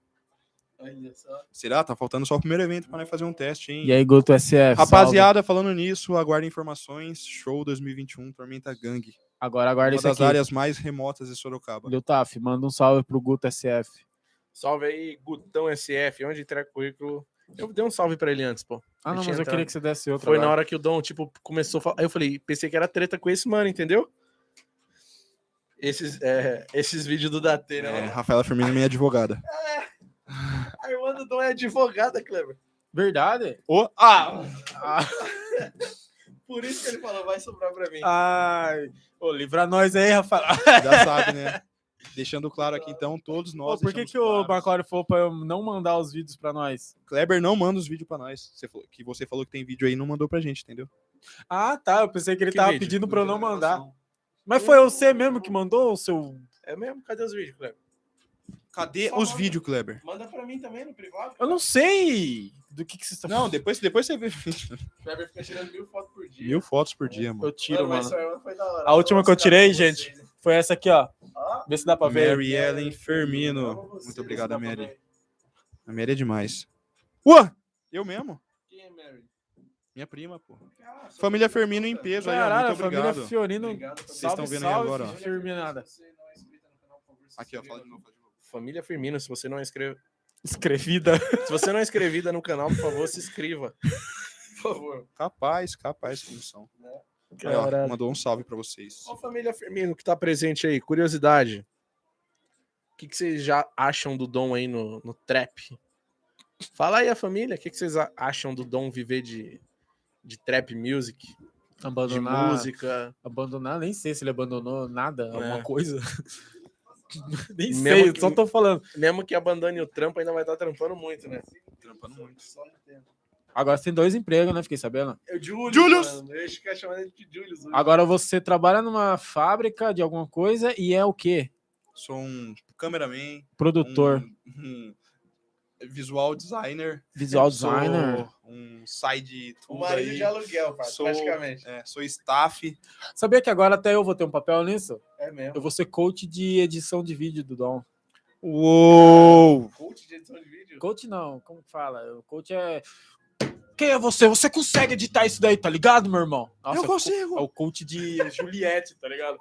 Olha só.
Será? Tá faltando só o primeiro evento pra nós fazer um teste, hein?
E aí, Guto
é
SF. salve.
Rapaziada, falando nisso, aguarda informações. Show 2021, Tormenta Gangue.
Agora
Uma
aguarda isso
das
aqui.
áreas mais remotas de Sorocaba.
Lil Taf, manda um salve pro Guto SF.
Salve aí, Gutão SF, onde entrega currículo. Eu dei um salve pra ele antes, pô.
Ah, não,
Deixa
mas eu
entrar.
queria que você desse outro.
Foi na
agora.
hora que o Dom, tipo, começou a falar. Aí eu falei, pensei que era treta com esse mano, entendeu? Esses, é, esses vídeos do Datena.
É,
né?
Rafaela Firmino, minha advogada.
A irmã do Dom é advogada, Kleber.
Verdade?
Ô, ah!
Por isso que ele falou, vai sobrar pra mim.
Ai. Ô, livra nós aí, Rafaela.
Já sabe, né? Deixando claro aqui, então, todos
Ô,
nós.
por que,
deixamos
que o
claros.
Marcório falou pra eu não mandar os vídeos pra nós?
Kleber não manda os vídeos pra nós. Você falou- que você falou que tem vídeo aí e não mandou pra gente, entendeu?
Ah, tá. Eu pensei que ele
Que
tava
vídeo?
pedindo pra eu não mandar.
Gravação.
Mas foi você mesmo que mandou o seu.
É mesmo? Cadê os vídeos, Kleber?
Cadê
Só
os
manda.
vídeos, Kleber?
Manda pra mim também no privado.
Eu não sei do que, que vocês estão
Não, depois, depois você vê
O Kleber fica tirando mil fotos por dia.
mil fotos por dia, mano.
Eu tiro,
mas
mano.
sua irmã foi da hora.
A última que eu tirei, gente, foi essa aqui, ó.
Ah,
Vê se dá pra ver.
Mary Ellen Firmino.
amo você,
Muito obrigado,
você dá pra
Mary.
ver.
A Mary é demais. Ué! Eu mesmo?
Quem é Mary?
Minha prima, pô.
Ah, sua
Família
prima.
Firmino em peso aí, ó.
Caralho, a
Muito
família
obrigado.
Fiorino
Obrigado, família.
Vocês estão vendo aí agora, ó. Firminada.
Se você não é inscrito no canal, por favor, se
Aqui, ó,
inscreva.
fala de novo. fala de novo.
Família Firmino, se você não é inscreve...
escrevida.
Se você não é inscrevida no canal, por favor, se inscreva.
Por favor.
Capaz, capaz, função. Aí, ó,
Caralho.
mandou um salve pra vocês.
Ó, a família Firmino que tá presente aí, curiosidade. O que, que vocês já acham do Dom aí no, no trap? Fala aí a família, o que, que vocês a- acham do Dom viver de, de trap music?
Abandonar,
de música.
abandonar, nem sei se ele abandonou nada, alguma
É.
coisa. nem
Mesmo
sei,
que-
só tô falando.
Mesmo que abandone o trampo, ainda vai estar trampando muito, né?
Trampando muito.
Só no tempo.
Agora você tem dois empregos, né? Fiquei sabendo.
É o Julius.
Julius!
Mano. Eu ia ficar chamando ele de Julius. hoje.
Agora você trabalha numa fábrica de alguma coisa e é o quê?
Sou um cameraman.
Produtor,
Um, um visual designer.
visual designer.
Sou um side
O
tudo
marido
aí.
de aluguel, pai,
Sou-
praticamente.
É, sou staff.
Sabia que agora até eu vou ter um papel nisso?
É mesmo.
Eu vou ser coach de edição de vídeo do Dom.
Uou!
Coach de edição de vídeo.
Coach não, como que fala? O coach é. Quem é você? Você consegue editar isso daí, tá ligado, meu irmão? Nossa, é o co-
consigo.
É o coach de Juliette, tá ligado?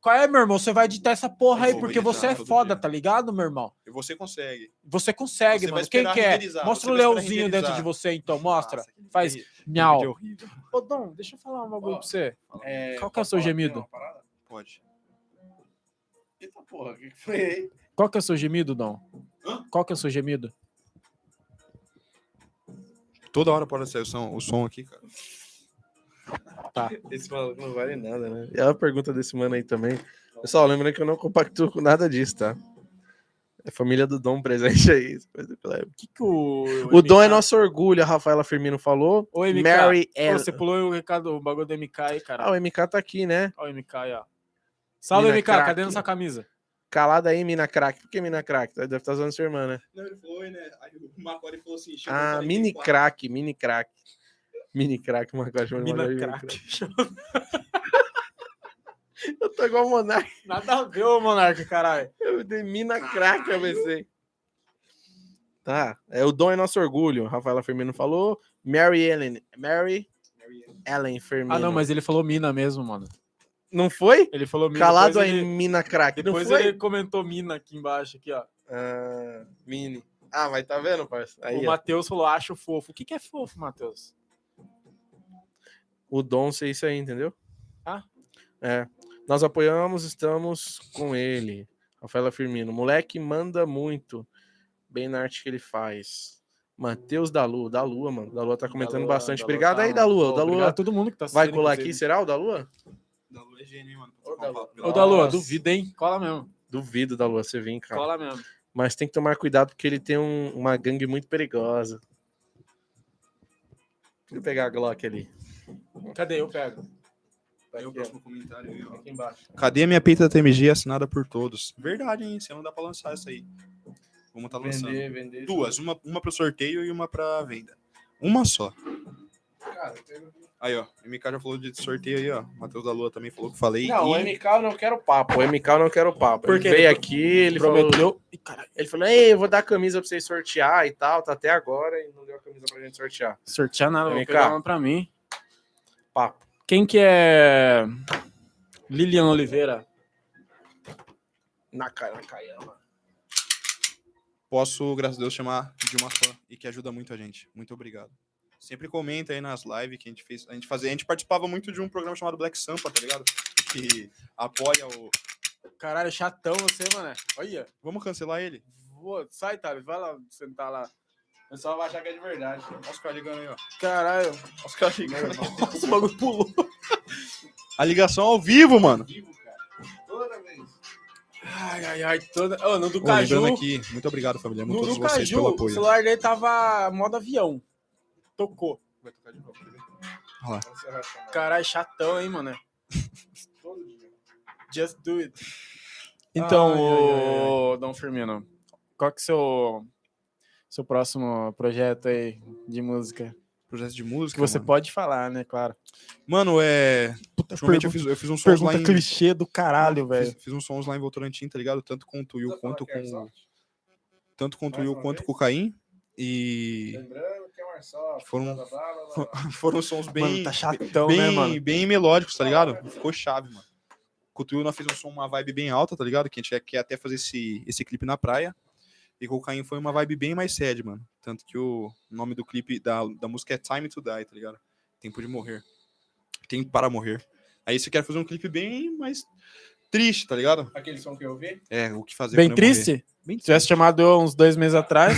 Qual é, meu irmão? Você vai editar essa porra
Eu
aí,
vou
porque
editar
você é
todo
foda,
dia.
tá ligado, meu irmão?
E você consegue.
Você consegue,
Você vai
mano. Quem
esperar
quer?
renderizar,
Mostra o
você vai esperar
leãozinho
renderizar.
dentro de você, então. Mostra.
Nossa, que
Faz
vídeo é
miau.
horrível.
Ô, Dom, deixa eu falar um bagulho
Ó.
pra você.
É,
Qual que é o
posso
seu
falar
gemido?
uma parada?
Pode.
Eita porra, o que que foi aí?
Qual que é o seu gemido, Dom?
Hã?
Qual que é o seu gemido?
Toda hora pode sair o som, o som aqui, cara.
Esse maluco não vale nada, né? E a pergunta desse mano aí também. Pessoal, lembrando que eu não compactuo com nada disso, tá? É família do Dom presente aí. coisa pela época.
O que, que o.
O Dom é
MK?
nosso orgulho, a Rafaela Firmino falou.
Ô, MK.
Mary
Pô,
Ellen.
você pulou o recado, o bagulho do MK aí, cara.
Ah, o MK tá aqui, né?
Olha o MK aí, ó. Salve,
Mina
MK. Cadê
craque.
nossa camisa?
Calada aí, mina crack. Por que mina crack? Deve estar zoando sua irmã, né?
Não, ele foi, né? Aí o Macori falou assim:
Ah, mini crack, mini crack. Mini crack, uma coisa chamada
Mina
mini
craque.
Eu tô igual o Monark.
Nada a ver, ô Monark, caralho.
Eu dei mina crack, eu pensei. Tá, é o dom é nosso orgulho. Rafaela Firmino falou. Mary Ellen. Mary Ellen Firmino.
Ah, não, mas ele falou mina mesmo, mano.
Não foi?
Ele falou mina.
Calado
depois
aí,
ele-
mina crack. Não
Depois
foi?
ele comentou mina aqui embaixo, aqui, ó.
Ah, mini. Ah, mas tá vendo, parça? Aí,
o
ó.
Matheus falou, acho fofo. O que, que é fofo, Matheus?
O Dom ser isso aí, entendeu?
Ah.
É. Nós apoiamos, estamos com ele. Rafaela Firmino. Moleque manda muito. Bem na arte que ele faz. Matheus da Lua. Da Lua, mano. Da Lua tá comentando
Da Lua-
bastante.
da Lua
Obrigado
tá,
aí,
mano.
da Lua.
Pô,
da Lua
obrigado a todo mundo que tá
vai
assistindo,
colar aqui,
inclusive.
será o da Lua?
Dalu é gênio, hein, mano?
Ô, Dalu.
Ô, Dalua,
Nossa.
duvida, hein? Cola mesmo.
Duvido da Lua você vir, cara.
Cola mesmo.
Mas tem que tomar cuidado porque ele tem um- uma gangue muito perigosa. Deixa eu pegar a Glock ali.
Cadê? Eu pego.
Aí o próximo comentário aí, ó.
Aqui embaixo.
Cadê a minha peita TMG assinada por todos? Verdade, hein? Você não dá pra lançar essa aí. Vamos tá lançando.
Vender, vender.
Duas, uma, uma pro sorteio e uma pra venda. Uma só.
Cara, eu-
Aí, ó. O MK já falou de sorteio aí, ó. O Matheus da Lua também falou que falei.
Ah,
Não, é o
e...
MK eu não quero papo. O MK eu não quero papo.
Por
Ele
quê?
veio aqui, ele prometeu.
Prometeu. Ih, caralho.
Ele falou: Ei, eu vou dar a camisa pra vocês sortear e tal. Tá até agora e não deu a camisa pra gente sortear.
Sortear nada, vou
MK.
pegar uma pra mim.
Papo.
Quem que é Lilian Oliveira?
Na cara, na caiama.
Posso, graças a Deus, chamar de uma fã e que ajuda muito a gente. Muito obrigado. Sempre comenta aí nas lives que a gente fez. A gente fazia, a gente participava muito de um programa chamado Black Sampa, tá ligado? Que apoia o.
Caralho, é chatão você, mano. Olha.
Vamos cancelar ele?
Vou- Sai, Thales, vai lá sentar lá.
O pessoal vai achar que é de verdade.
Olha os caras ligando aí, ó.
Caralho.
Olha os caras ligando.
Nossa, o bagulho pulou.
A ligação ao vivo, mano.
Vivo, cara. Toda vez.
Ai, ai, ai. Toda... Ô, no do
Ô,
Caju.
lembrando aqui, muito obrigado, família.
No
Muito todos
do
vocês
Caju,
pelo
o
apoio.
celular dele tava modo avião. Tocou.
Vai tocar de novo, quer ver?
Olha lá.
Então você vai chamar
Caralho, chatão, hein, mano.
todo dia.
Just do it. Então,
Ai, ai,
ô, Dom Firmino, qual que é o seu, seu próximo projeto aí de música?
Projeto de
Que
música.
você
mano.
pode falar, né, claro.
Mano, é.
Puta
Ultimamente eu fiz, eu fiz uns sons
pergunta
lá em.
clichê do caralho, velho.
Fiz, fiz uns sons lá em Votorantim, tá ligado? Tanto com o Tuiu
Precisa falar
quanto
que é
com.
Airsoft?
Tanto com o
Mais
Tuiu
uma
quanto
vez?
com o Caim. E.
Lembrando que é Marçal.
Foram-
Blá, blá, blá, blá, blá.
Foram sons bem.
mano, tá chatão,
bem,
né, mano?
bem melódicos, tá ligado? Ficou chave, mano. Com o Tuiu nós fizemos um som, uma vibe bem alta, tá ligado? Que a gente quer- quer até fazer esse, esse clipe na praia. E com o Caim foi uma vibe bem mais sad, mano. Tanto que o nome do clipe da, da música é Time to Die, tá ligado? Tempo de morrer. Tempo para morrer. Aí você quer fazer um clipe bem mais triste, tá ligado?
Aquele som que eu vi.
É, o que fazer
Bem
quando eu morrer.
triste?
Bem
Se tivesse chamado eu uns dois meses atrás,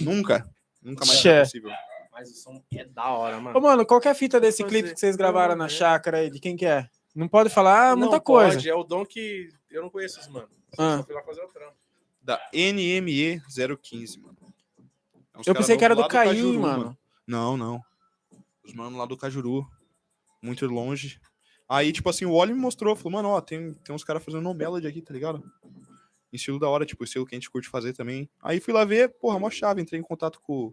Nunca. Nunca mais
Xé.
é possível.
Mas o som é da hora, mano.
Ô, mano, qual que é a fita desse
Mas
clipe
é-
que vocês
eu
gravaram
não
na
lembro.
chácara aí? De quem que é? Não pode falar ah, muita
Não
coisa.
pode, é o dom que eu não conheço os mano.
Ah.
Só fui lá
um
fazer o trampo.
Da NME 015, mano. É
Eu
uns cara
pensei que era
lá
do
tá
Caim,
Cajuru,
mano.
Não, não. Os manos lá do Cajuru. Muito longe. Aí, tipo assim, o Oli me mostrou, falou, mano, ó, tem, tem uns caras fazendo no melody aqui, tá ligado? Em Estilo da hora, tipo, estilo que a gente curte fazer também. Aí fui lá ver, porra, mó chave, entrei em contato com,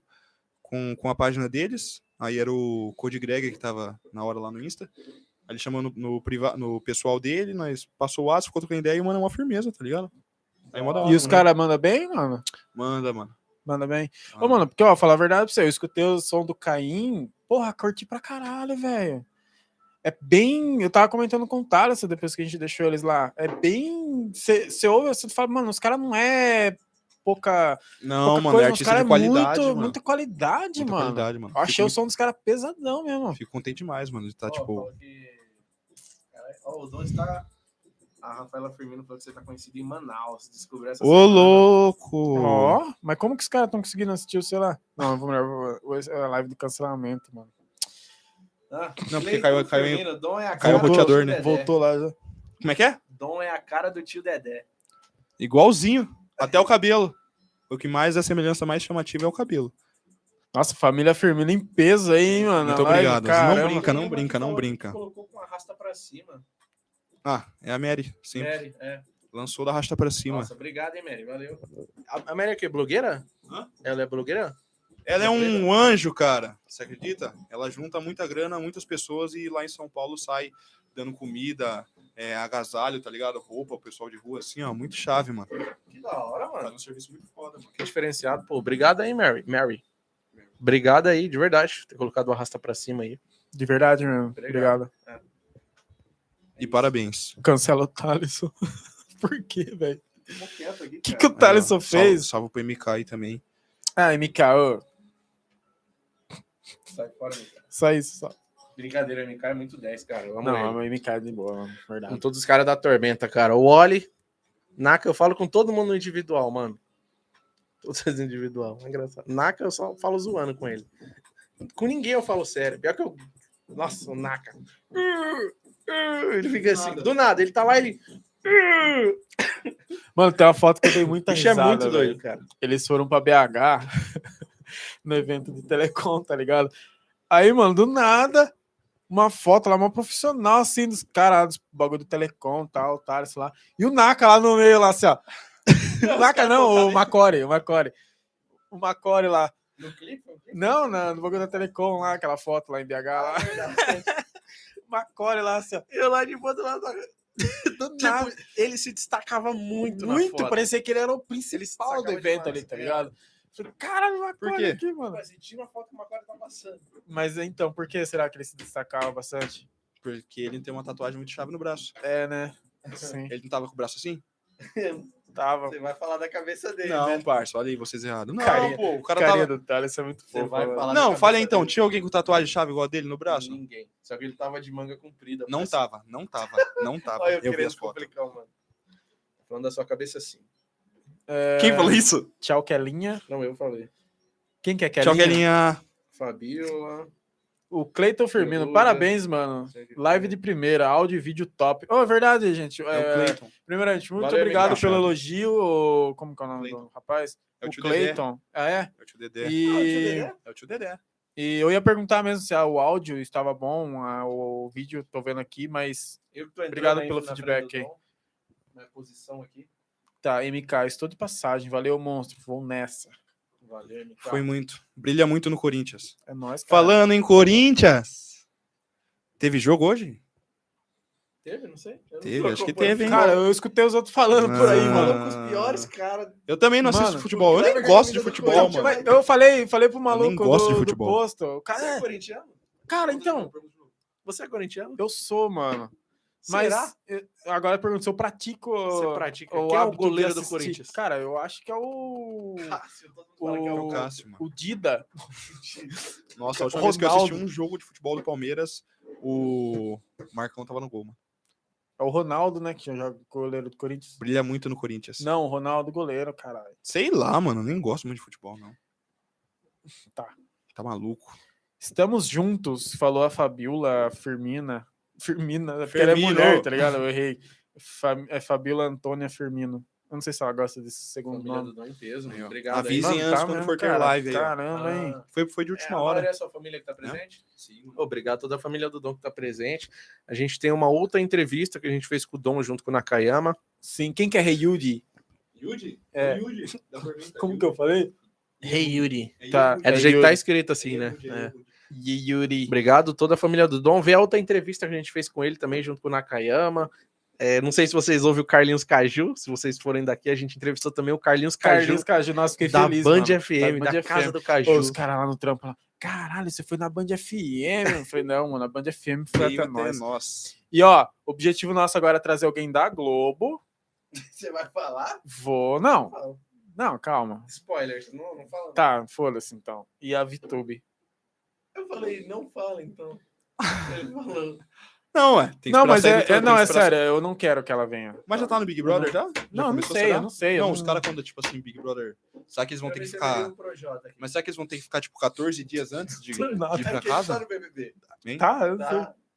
com, com a página deles. Aí era o Code Greg que tava na hora lá no Insta. Aí ele chamou no, no, priva- no pessoal dele, nós passou o aço, ficou trocando ideia e, mano, é uma firmeza, tá ligado? Aí
Tá,
mó da hora,
E os
mano.
caras mandam bem, mano?
Manda, mano.
Manda bem. Ô,
Ah.
mano, porque, ó, falar a verdade pra você, eu escutei o som do Caim, porra, curti pra caralho, velho. É bem. Eu tava comentando com o Thales depois que a gente deixou eles lá. É bem. Você ouve, você fala, mano, os caras não é pouca.
Não,
pouca
mano, é
coisa, os
artista
caras
de qualidade,
muito,
mano.
Muita qualidade,
Muita
mano.
qualidade, mano.
Eu achei
fico,
o som dos caras pesadão mesmo.
fico contente demais, mano, de tá,
Ó,
tipo...
falou que- Caralho, ó, o Dom está. A Rafaela Firmino falou que você está conhecido em Manaus. Descobriu essa
Ô,
semana.
louco!
Ó, mas como que os caras estão conseguindo assistir o sei lá? Não, eu vou melhor, vou- vou- é a live do cancelamento, mano.
Ah,
Não, porque
Cleiton
caiu- caiu em-
Firmino, Dom é a
caiu
cara
o roteador,
do
né?
tio Dedé.
Voltou lá já.
Como é que é?
Dom é a cara do tio Dedé.
Igualzinho, até o cabelo. O que mais, a semelhança mais chamativa é o cabelo.
Nossa, família Firmino em peso aí, hein, mano.
Muito
A live,
obrigado. Não
caramba.
brinca, não
Lembra que
brinca, não
falou que
brinca.
Colocou com a rasta pra cima.
Ah, é a Mary, sim.
Mary, é.
Lançou da rasta pra cima.
Nossa, obrigado, hein, Mary. Valeu.
A a Mary é o quê? Blogueira?
Hã?
Ela é blogueira?
Ela é um anjo, cara. Você acredita? Ela junta muita grana, muitas pessoas e lá em São Paulo sai dando comida, é, agasalho, tá ligado? Roupa, o pessoal de rua, assim, ó. Muito chave, mano.
Que da hora,
Faz
mano.
um serviço muito foda, mano.
Que diferenciado. Pô, obrigado aí, Mary. Mary. Obrigado aí, de verdade, por ter colocado o arrasta pra cima aí.
De verdade mesmo.
Obrigado.
Obrigado.
E parabéns.
Cancela o Thaleson. Por quê, velho?
Ficou quieto aqui,
O que,
cara.
É,
que o Thaleson fez?
Salvo pro MK aí também.
Ah, MK, ô,
Sai fora, MK.
só isso. Só.
Brincadeira, MK é muito 10, cara. Eu amo ele.
Não, MK é de boa, mano.
Tá. Com
Verdade.
todos os caras da Tormenta, cara. O Oli, Naka, eu falo com todo mundo no individual, mano. Todos no individual. É engraçado. Naka, eu só falo zoando com ele. Com ninguém eu falo sério. Pior que eu. Nossa, o Naka. Ele fica assim, do nada. Ele tá lá, ele.
Mano, tem uma foto que eu dei muita
Bicho é
Tá risada.
muito
velho.
doido, cara.
eles foram pra BH no evento de Telecom, tá ligado? Aí, mano, do nada, uma foto lá, uma profissional assim, dos caras, dos bagulho do Telecom, tal, tal, sei lá. E o Naka lá no meio, lá assim, ó. O Naka não, o Macore, o Macore. O Macore lá.
No clipe? No clipe?
Não, na- no bagulho da Telecom lá, aquela foto lá em BH lá. O Macore lá, assim, ó.
Eu lá de boa do lado.
Do nada.
Tipo, ele se destacava muito, na
Muito,
foto.
parecia que ele era o principal do
destacava
evento
demais,
ali, tá
né?
ligado? Falei, Caralho, o Macore
quê?
aqui, mano.
Mas se tira uma foto que uma cara tá passando.
Mas então, por que será que ele se destacava bastante?
Porque ele tem uma tatuagem muito chave no braço.
É, né? Sim.
Ele não tava com o braço assim?
Tava.
Você vai falar da cabeça dele, né?
parça. Olha aí, vocês errados. Não,
Carinha-
pô, o cara
Carinha
tava...
do Thales é muito
Você
fofo.
vai
mano.
falar da
Não,
cabeça
fala aí, então.
dele.
Tinha alguém com tatuagem chave igual a dele no braço?
Ninguém. Só que ele tava de manga comprida.
Não
parece.
tava, não tava, não tava.
Olha, eu,
Assim. eu vi
querendo
as fotos.
complicar, mano. Falando da sua cabeça assim.
É,
Quem falou isso?
Tchau, Kelinha.
Não, eu falei.
Quem que é Kelinha?
Tchau, Guelinha.
Fabiola.
O Cleiton Firmino.
Duda.
Parabéns, mano. Live de primeira, áudio e vídeo top. Oh, é verdade, gente.
É o
É,
Cleiton.
primeiramente, muito
Valeu,
obrigado
amigo.
pelo elogio. ô, Como que é o nome do
Cleiton.
rapaz?
É o
o
tio Dedé.
Cleiton. Ah, é?
É o tio Dedé.
E...
É o tio Dedé.
e eu ia perguntar mesmo se ah, o áudio estava bom, ah, o vídeo tô vendo aqui, mas
Eu que tô entrando
Obrigado
aí
pelo
na
feedback
frente do
aí.
Dom, Na posição aqui.
tá, MK, estou de passagem. Valeu, monstro. Vou nessa.
Valeu, MK.
Foi muito. Brilha muito no Corinthians.
É nóis, cara.
Falando em Corinthians. Teve jogo hoje?
Teve, não sei. Ah, Eu não
Teve,
tô
acho que
acompanhando.
teve, hein?
Cara, eu escutei os outros falando por aí,
Ah.
mano.
Falou com os piores, cara.
Eu também não assisto
Mano,
futebol. Eu nem
Kleber
gosto de
ganhou
futebol,
do
mano.
Mas Então, tipo, eu falei, falei pro maluco
nem gosto
do,
de
do
futebol.
posto. O
Você
cara,
é corintiano?
cara, então,
Você é corintiano?
eu sou, mano. Mas
Será?
eu- agora pergunta se eu pratico
Você
o
pratica.
o
Quem é o
hábito de
goleiro do
assistir.
Corinthians?
Cara, eu acho que é o
Cássio, todo mundo fala que é
É o
o
O-
Cássio.
Cássio, mano.
o Dida.
Nossa, a última vez que eu
Ronaldo.
assisti um jogo de futebol do Palmeiras, o Marcão tava no gol, mano.
É o Ronaldo, né, que joga goleiro do Corinthians.
Brilha muito no Corinthians.
Não, o Ronaldo goleiro, caralho.
Sei lá, mano, nem gosto muito de futebol, não. Tá maluco.
Estamos juntos, falou a Fabiola Firmina. Firmina, porque ela é
Firmino.
mulher, tá ligado? Eu errei. Fa- é Fabiola Antônia Firmino. Eu não sei se ela gosta desse segundo
Família
nome. tá
do Dom em peso,
Aí, ó.
obrigado. aí.
Avisem antes quando for ter live aí, ó.
Caramba, hein?
Ah,
Foi, foi de última
é,
hora.
agora É a sua família que tá presente? Obrigado a toda a família do Dom que está presente. A gente tem uma outra entrevista que a gente fez com o Dom junto com o Nakayama.
Sim, quem que é Reiyudi?
Yudi?
É.
Yudi. Dá pra mim, tá?
Como que eu falei?
Reiyuri.
É
Tá.
É do
É
jeito que tá
Yuri.
escrito
Yudi,
assim,
é
né?
Yudi,
É.
é Yudi.
Yuri.
Obrigado toda a família do Dom. Vê a outra entrevista que a gente fez com ele também junto com o Nakayama. É, não sei se vocês ouvem o Carlinhos Caju. Se vocês forem daqui, a gente entrevistou também o Carlinhos Caju
Carlinhos Caju, nossa, fiquei
da
feliz.
Band
mano.
é
FM, da,
Band
casa
FM.
do
Ô,
Caju.
os caras lá no trampo lá. Caralho, você foi na Band FM? Eu falei, não, mano, a Band FM foi
Veio
até nós.
nós.
E ó, o objetivo nosso agora é trazer alguém da Globo.
Você vai falar?
Vou. Não. Não, calma.
Spoilers.
Não, não fala. né? não.
Tá, foda-se então. E a VTube.
Eu falei, não fala então. Ele falou.
Não, é. Tem que
Não,
esperar
mas
sair do
é,
trampo,
é- não,
tem que
é
esperar
sério, eu não quero que ela venha.
Mas já tá no Big Brother, já? Já
Não, eu não
começou,
sei,
será?
eu não sei. eu
Não, os caras quando, tipo assim, Big Brother, será que eles vão ter que ficar...
um
Mas será que eles vão ter que ficar, tipo, 14 dias antes de, de ir
Não,
pra casa? Hein?
Tá, eu-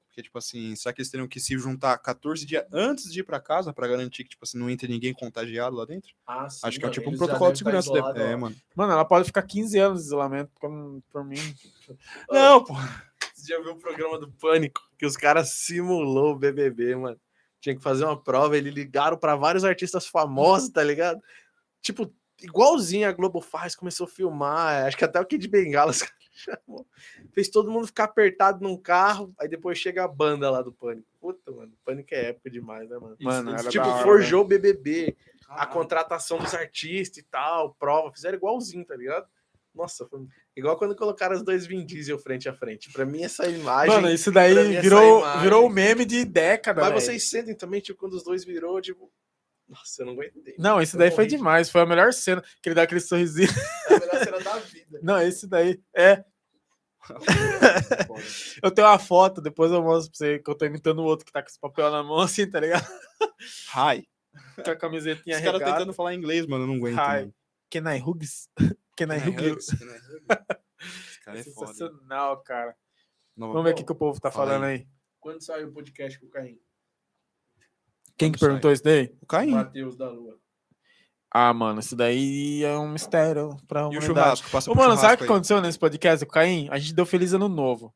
Porque, tipo assim, será que eles teriam que se juntar 14 dias antes de ir pra casa pra garantir que, tipo assim, não entre ninguém contagiado lá dentro? Acho que é tipo um protocolo de segurança. deve- É, mano.
Mano, ela pode ficar 15 anos de isolamento como, por mim.
Não, pô. Você já viu o programa do Pânico? Que os caras simulou o BBB, mano. Tinha que fazer uma prova, eles ligaram pra vários artistas famosos, tá ligado? Tipo, igualzinho a Globo faz, começou a filmar. é, Acho que até o Kid Bengala os caras chamou. Fez todo mundo ficar apertado num carro, aí depois chega a banda lá do Pânico. Puta, mano, Pânico é épico demais, né, mano?
Mano, era
tipo,
da hora, né?
forjou o BBB, a contratação dos artistas e tal, prova, fizeram igualzinho, tá ligado? Nossa, foi igual quando colocaram os dois Vin Diesel frente a frente. Pra mim, essa imagem.
Mano, isso
pra mim
daí
essa
virou,
imagem-
virou um meme de década,
Mas
velho.
vocês sentem também, tipo, quando os dois virou, tipo. Nossa, eu não aguentei.
Não, esse
Foi
daí foi
horrível.
demais. Foi a melhor cena. Que ele dá aquele sorrisinho.
É a melhor cena da vida.
Não, esse daí. É. Eu tenho uma foto, depois eu mostro pra você que eu tô imitando o outro que tá com esse papel na mão, assim, tá ligado?
Hi.
Com a camisetinha
Os caras
regata.
tentando falar inglês, mano, eu não aguento.
Hi.
mano.
Can I hugs? Can
é
I hug you?
né? Esse cara é foda.
Sensacional, cara.
Não,
Vamos ver o que, que o povo tá
Fala
falando aí.
Quando sai o podcast com o Caim?
Quem que perguntou isso daí?
O Caim.
Matheus da Lua.
Ah, mano, isso daí é um mistério pra
E o
humanidade.
churrasco? Passa
Ô,
pro
mano, sabe o que
churrasco aí.
aconteceu nesse podcast com o Caim? A gente deu feliz ano novo.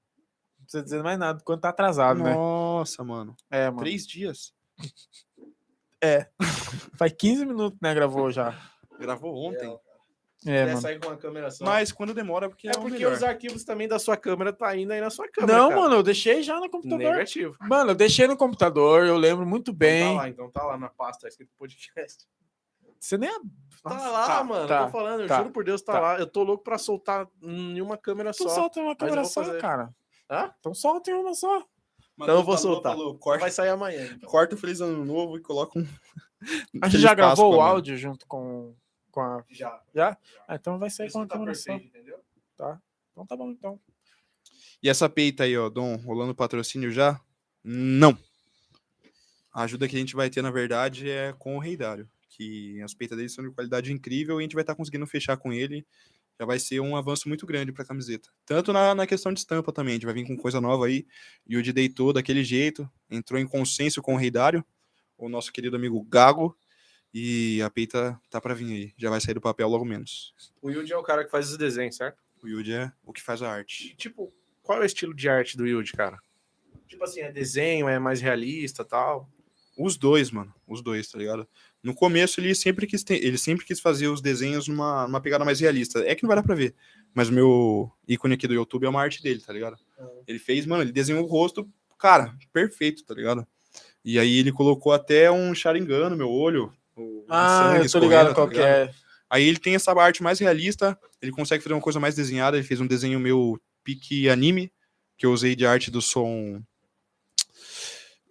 Não precisa dizer mais nada, quanto tá atrasado, né?
Nossa, mano.
É, mano.
Três dias.
Faz 15 minutos, né? Gravou já.
Gravou ontem.
É,
Quer
mano.
sair com uma câmera só.
Mas quando demora, porque é,
É
o
porque
melhor.
os arquivos também da sua câmera tá indo aí na sua câmera.
Não,
cara.
mano, eu deixei já no computador.
Negativo.
Mano, eu deixei no computador, eu lembro muito
Então
bem.
tá lá, então tá lá na pasta escrito podcast.
Você nem. é
tá lá,
tá,
mano.
tá,
eu tô falando, eu
tá,
juro por Deus, tá,
tá.
lá. Eu tô louco pra soltar em uma câmera
Então
só.
solta em uma câmera
vou
só,
fazer.
cara.
Hã?
Então solta em uma só.
Matheus
eu vou
falou,
soltar.
falou, corta,
Vai sair amanhã.
corta o Feliz Ano Novo e coloca um.
A gente
Feliz
já gravou
Páscoa,
o
mano.
áudio junto com, com a.
Já.
Já? Ah, então vai sair
Isso
com a
tá
câmera só.
perfeito, entendeu?
Então tá bom, então.
E essa peita aí, ó, Dom, rolando patrocínio já? Não. A ajuda que a gente vai ter, na verdade, é com o Rei Dário, que as peitas dele são de qualidade incrível e a gente vai estar conseguindo fechar com ele. Já vai ser um avanço muito grande para a camiseta. Tanto na, na questão de estampa também, a gente vai vir com coisa nova aí. E o de deitou daquele jeito, entrou em consenso com o Rei Dário, o nosso querido amigo Gago. E a peita tá para vir aí, já vai sair do papel logo menos.
O Yudi é o cara que faz os desenhos, certo?
O Yudi é o que faz a arte.
Tipo, qual é o estilo de arte do Yudi, cara? Tipo assim, é desenho, é mais realista tal.
Os dois, mano. Os dois, tá ligado? No começo ele sempre quis ter- ele sempre quis fazer os desenhos numa, numa pegada mais realista. É que não vai dar pra ver. Mas o meu ícone aqui do YouTube é uma arte dele, tá ligado? Ele fez, mano, ele desenhou o rosto, cara, perfeito, tá ligado? E aí ele colocou até um Sharingan no meu olho. o- o
Ah,
sangue
eu tô
escorrendo,
ligado
tá
qual que é.
Aí ele tem essa arte mais realista, ele consegue fazer uma coisa mais desenhada, ele fez um desenho meu pique anime, que eu usei de arte do som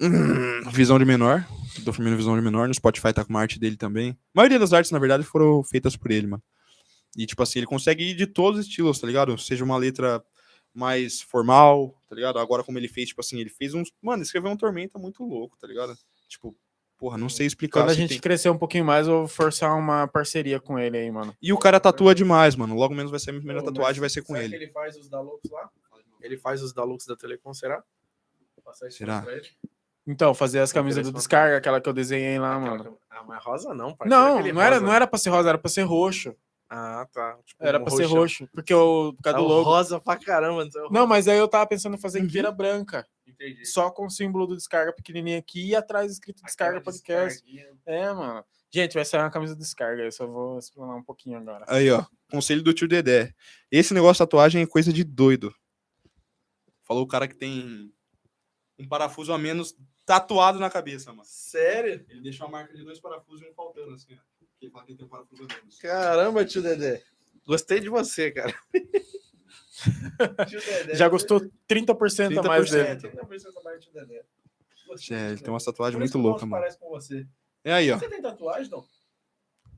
Hum, Visão de Menor, do filme Visão de Menor, no Spotify tá com uma arte dele também. A maioria das artes, na verdade, foram feitas por ele, mano. E, tipo assim, ele consegue ir de todos os estilos, tá ligado? Seja uma letra mais formal, tá ligado? Agora, como ele fez, tipo assim, ele fez uns... Mano, escreveu um Tormenta muito louco, tá ligado? Tipo, Porra, não sei explicar.
Quando a
se
gente
tem-
crescer um pouquinho mais, eu vou forçar uma parceria com ele aí, mano.
E o cara tatua demais, mano. Logo menos vai ser a minha primeira
Pô, mas
tatuagem, vai ser com
será
ele.
que ele faz os Dalux lá? Ele faz os Dalux da Telecom, será? Passar isso
Será?
pra ele?
Então, fazer as camisas do
Interessante.
descarga, aquela que eu desenhei lá,
Aquela
mano.
cam- Ah, mas rosa não, parceiro.
Não,
Aquele
não era,
rosa.
não era pra ser rosa, era pra ser roxo.
Ah, tá. Tipo,
Era
um
pra ser
roxão.
roxo, porque o por causa do
Tá
logo.
rosa Uhum. pra caramba. Então...
Não, mas aí eu tava pensando em fazer gueira branca,
Entendi.
só com o símbolo do descarga pequenininho aqui e atrás
é
escrito descarga
Aquela
podcast.
descarguinha.
É, mano. Gente, vai sair uma camisa do descarga, eu só vou explanar um pouquinho agora.
Aí, ó. Conselho do tio Dedé. Esse negócio de tatuagem é coisa de doido. Falou o cara que tem um parafuso a menos tatuado na cabeça, mano.
Sério?
Ele deixa uma marca de dois parafusos e um faltando, assim, ó. Porque ele fala que tem um parafuso a menos.
Caramba, tio Dedé. Gostei de você, cara. tio
É,
Dedé.
Já gostou 30%, a mais dele.
30%.
É, 30% mais tio Dedé. Gostei,
É, ele
tio
tem uma
Dedé.
tatuagem
Por
muito
isso que o
louca,
Paulo
mano.
parece com você.
É aí, ó.
Você tem tatuagem, não?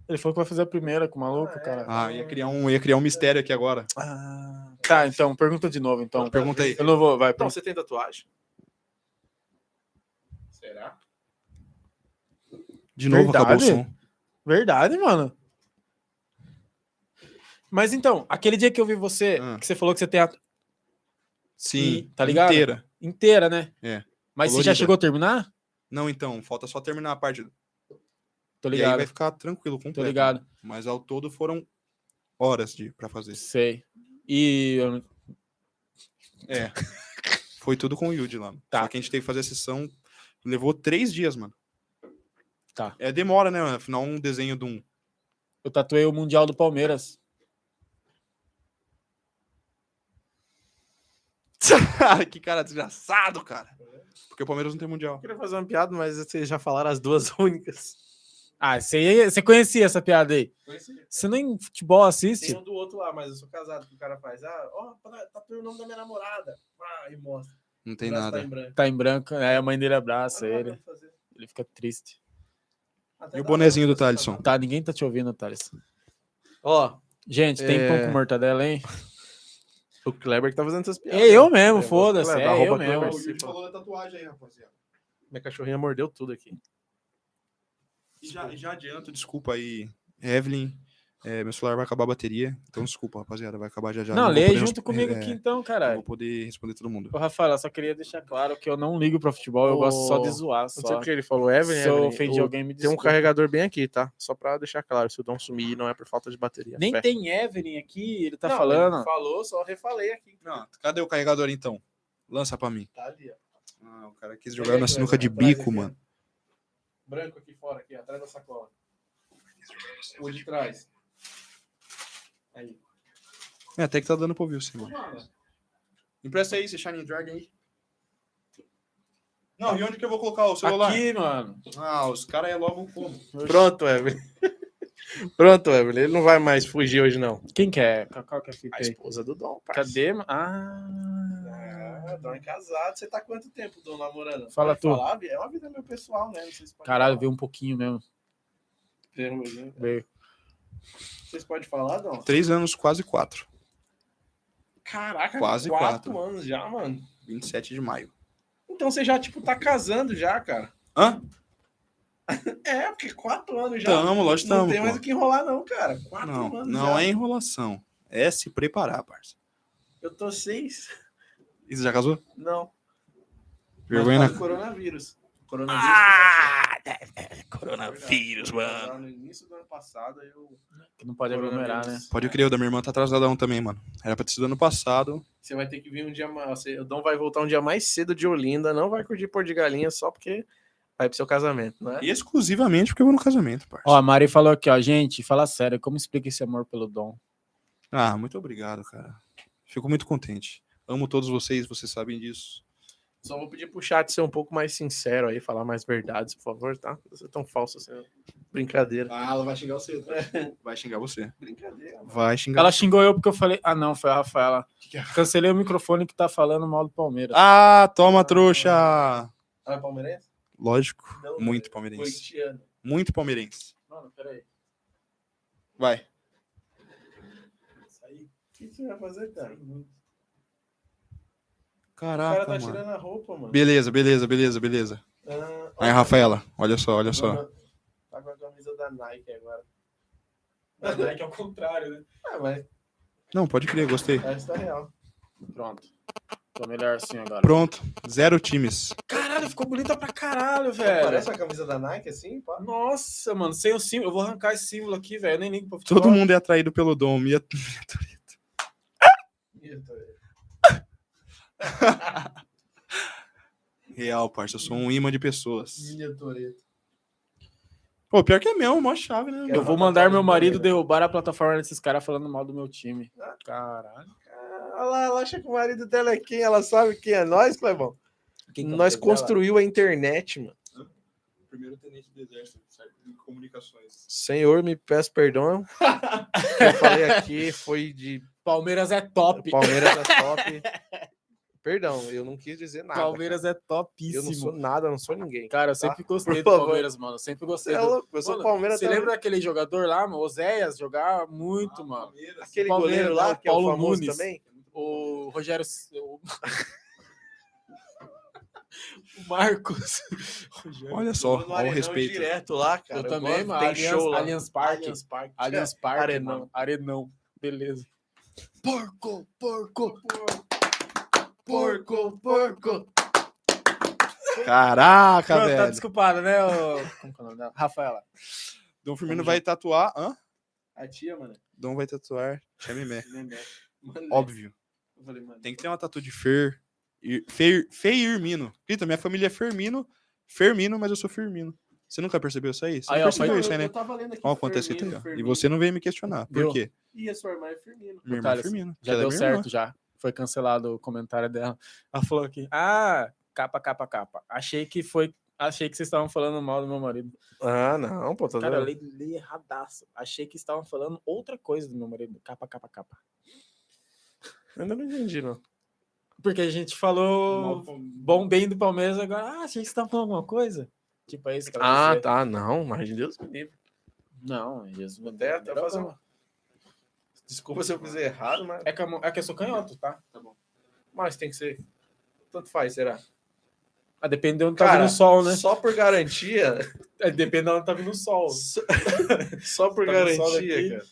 Ele falou que vai fazer a primeira com o maluco,
Ah, é?
cara.
Ah, ia criar um, ia criar um mistério aqui agora.
Ah, tá, então, pergunta de novo, então.
Pergunta aí.
Eu não vou, vai. um-
Então,
pergunta.
você tem tatuagem? Será?
De novo acabou o
Verdade?
som.
Verdade, mano. Mas então, aquele dia que eu vi você,
Ah.
que você falou que você tem a
Sim,
tá ligado?
Inteira.
inteira, né?
É.
Mas você
Colorida.
já chegou a terminar?
Não, então, falta só terminar a parte.
Tô
E aí
ligado,
vai ficar tranquilo, completo.
tô ligado.
Mas ao todo foram horas de para fazer.
Sei. E eu-
É. Foi tudo com o Yudi lá.
Tá.
Só que a gente teve que fazer a sessão. Levou três dias, mano.
Tá.
É demora, né? mano? Afinal, um desenho de um.
eu tatuei o Mundial do Palmeiras.
que cara desgraçado, cara. Porque o Palmeiras não tem mundial.
Eu queria fazer uma piada, mas vocês já falaram as duas únicas.
Ah, você você conhecia essa piada aí? Você nem futebol
Tem
assiste?
um do outro lá, mas eu sou casado que o cara faz. Ah, ó, tá tatuei o nome da minha namorada. Ah, e mostra.
Não tem
Braço tá
nada.
em branco.
Tá em branco, aí a mãe dele abraça
Ah, não,
ele,
não vou fazer.
ele fica triste.
Até
E o
dá,
bonezinho
né?
do Thalisson?
Tá, ninguém tá te ouvindo, Thales.
Ó,
Gente, tem pão
É.
com mortadela, hein?
o Kleber que tá fazendo essas piadas.
É eu mesmo,
Kleber,
foda-se.
Kleber,
É eu
arroba
mesmo.
Kleber.
o Yudi falou da tatuagem aí, rapaziada.
Minha cachorrinha mordeu tudo aqui.
E já, e já adianto, desculpa aí, Evelyn. é, meu celular vai acabar a bateria. Então, desculpa, rapaziada. Vai acabar já já.
Não,
vou
leia
poder
junto
resp-
comigo
é,
aqui então,
Não
caralho.
vou poder responder todo mundo.
Ô, Rafael, eu só queria deixar claro que eu não ligo pra futebol, eu gosto só de
Ô,
zoar. Só.
Não sei porque ele falou, Evelyn.
Se eu
Evelyn,
ofendi
o-
alguém, me
Tem um
desculpa.
carregador bem aqui, tá? Só pra deixar claro, se o Dom sumir, não é por falta de bateria.
Nem
Fé.
tem Evelyn aqui, ele tá
Não,
falando.
ele Falou, só refalei aqui.
Não, cadê o carregador então? Lança pra mim.
Tá ali, ó.
Ah, o cara quis
Pega
jogar
aí,
na sinuca
Kleber,
de
atrás
bico,
aqui, ó.
mano.
Branco aqui fora, aqui, atrás da sacola. O de trás. Aí.
É, até que tá dando pra ouvir o sim, mano.
Mano,
Empresta aí, esse Shining Dragon aí. Não, e onde que eu vou colocar o celular?
Aqui, mano.
Ah, os caras é logo como?
Pronto, Evelyn. Pronto, Evelyn. Ele não vai mais fugir hoje, não.
Quem que é? Qual- Qual que é a fita
A
aí?
esposa do Dom, parça.
Cadê? ma- Ah.
Ah, Dom é casado. Você tá quanto tempo, Dom, namorando?
Fala tu.
Falar? É uma vida meu pessoal, né? Não sei se pode
Caralho,
falar.
veio um pouquinho mesmo.
Veio-
Veio.
Vocês podem falar, Dom?
Três anos, quase quatro.
Caraca,
Quase
quatro,
quatro.
anos já, mano.
27 de maio.
Então você já, tipo, tá casando já, cara.
Hã?
É, porque quatro anos já.
Tamo, lógico,
não
tamo.
tem
Então, pô.
mais o que enrolar, não, cara. Quatro
Não,
anos
não
já.
é enrolação. É se preparar, parça.
Eu tô seis.
E você já casou?
Não.
Vergonha
Mas
na
tá com Coronavírus. Coronavírus. Ah! Coronavírus, mano. No início do ano passado, eu.
Que não pode aglomerar, né?
Coronavírus.
Pode crer, o da minha irmã tá atrasadão também, mano. Era pra ter sido ano passado.
Você vai ter que vir um dia mais. você- O Dom vai voltar um dia mais cedo de Olinda, não vai curtir pôr de galinha só porque vai pro seu casamento, né?
Exclusivamente porque eu vou no casamento, parça.
Ó, a Mari falou aqui, ó. Gente, fala sério, como explica esse amor pelo dom?
Ah, muito obrigado, cara. Fico muito contente. Amo todos vocês, vocês sabem disso.
Só vou pedir pro chat ser um pouco mais sincero aí, falar mais verdades, por favor, tá? Você é tão falso assim. né? Brincadeira.
Ah, ela vai xingar você. Vai xingar você.
Brincadeira.
Vai xingar.
Ela xingou eu porque eu falei. Ah, não, foi a Rafaela.
que é?
Cancelei o microfone que tá falando mal do Palmeiras.
Ah, toma, trouxa!
Ah, é palmeirense?
Lógico.
Não,
Muito palmeirense.
Corintiano.
Muito palmeirense.
Mano, peraí.
Vai.
Isso aí. O que você vai fazer, cara? O
Caraca, mano. Ah, tá
cara tá
tá
tirando a roupa, mano.
Beleza, beleza, beleza, beleza.
Ah,
Aí, Rafaela, olha só, olha só.
Tá com a camisa da Nike agora.
Na Nike é o contrário, né?
Ah, mas
Não, pode crer, gostei.
essa tá real.
Pronto. Tô melhor assim agora.
Pronto, zero times.
Caralho, ficou bonita pra caralho, velho.
Parece a camisa da Nike assim, pá.
Nossa, mano, sem o símbolo. Eu vou arrancar esse símbolo aqui, velho. Eu nem ligo pra futebol.
Todo mundo é atraído pelo dom. Minha...
Ih, tô-
Real, parça, eu sou um imã de pessoas.
Minha Toreto.
Pô, pior que é mesmo, mó chave, né?
Eu vou mandar meu marido derrubar a plataforma desses caras falando mal do meu time. Ah. Caralho.
Olha lá, Ah, ela acha que o marido dela é quem? Ela sabe quem é nós, Clebão? Nós construiu a internet, mano.
Primeiro tenente do exército, de comunicações.
Senhor, me peço perdão. O que eu falei aqui foi de
Palmeiras é top.
Palmeiras é top. Perdão, eu não quis dizer nada. cara.
Palmeiras é
Eu
topíssimo.
não sou nada, eu não sou ninguém.
Cara, eu sempre gostei
Por
do
favor.
Palmeiras, mano. Eu sempre
Você
gostei.
é
do...
louco, eu sou
Mano,
Palmeiras
Você
também.
lembra daquele jogador lá, mano? Oséias jogava muito, mano.
aquele
Palmeiras,
goleiro
né?
lá,
O
que é o
Paulo
famoso
Nunes.
também?
O Rogério. O, o Marcos. Rogério-
Olha só,
No
olha o
Arenão
respeito.
direto lá, cara.
eu também,
gosto,
mano.
Tem
Allianz,
show lá.
Allianz Parque.
Allianz Parque.
Allianz Parque,
Arenão.
mano. Arenão. Beleza. Porco, porco,
Porco, porco.
Caraca,
Pronto, tá
velho.
desculpado, né, ô... Como que é o nome dela? Rafaela.
Dom Firmino vai tatuar. Hã?
A tia, mano.
Dom vai tatuar. Chamemé.
Nené. Mano,
Óbvio.
Eu falei, mano.
Tem que ter uma tatu de Fer. Ir- Fer Feirmino. Grita, minha família é Fermino. Fermino, mas eu sou Firmino. Você nunca percebeu isso aí? Você
Aí,
não
ó,
percebeu
pai-
isso aí, né?
Eu tava lendo aqui.
Ó, aconteceu aí, ó. E você não veio me questionar. Por
Deu.
quê?
E a sua irmã é Firmino.
Minha irmã é
Thales,
Firmino.
Já
ela é
deu
minha
certo,
irmã.
já. Foi cancelado o comentário dela. Ela falou aqui, ah, capa, capa, capa. Achei que foi... Achei que vocês estavam falando mal do meu marido.
Ah, não, pô, tá
Cara, eu
doido.
li, li erradaço. Achei que estavam falando outra coisa do meu marido. Capa, capa, capa.
Ainda não entendi, não.
Porque a gente falou bom bem do Palmeiras agora. Ah, achei que vocês estavam falando alguma coisa. Tipo, é isso que ela
Ah,
quis dizer.
tá, não, mas de Deus me livre.
Não, Jesus. me
Até-
deu-
até fazer
não.
um- Desculpa se eu fizer errado, mas...
É que, a mão- é que eu sou canhoto, tá?
mas tem que ser. Tanto faz, será?
Ah, depende de onde tá
Cara,
vindo o sol, né?
Só por garantia,
É, depende de onde tá vindo o sol.
só, só por
Tá no sol daqui.
garantia, cara.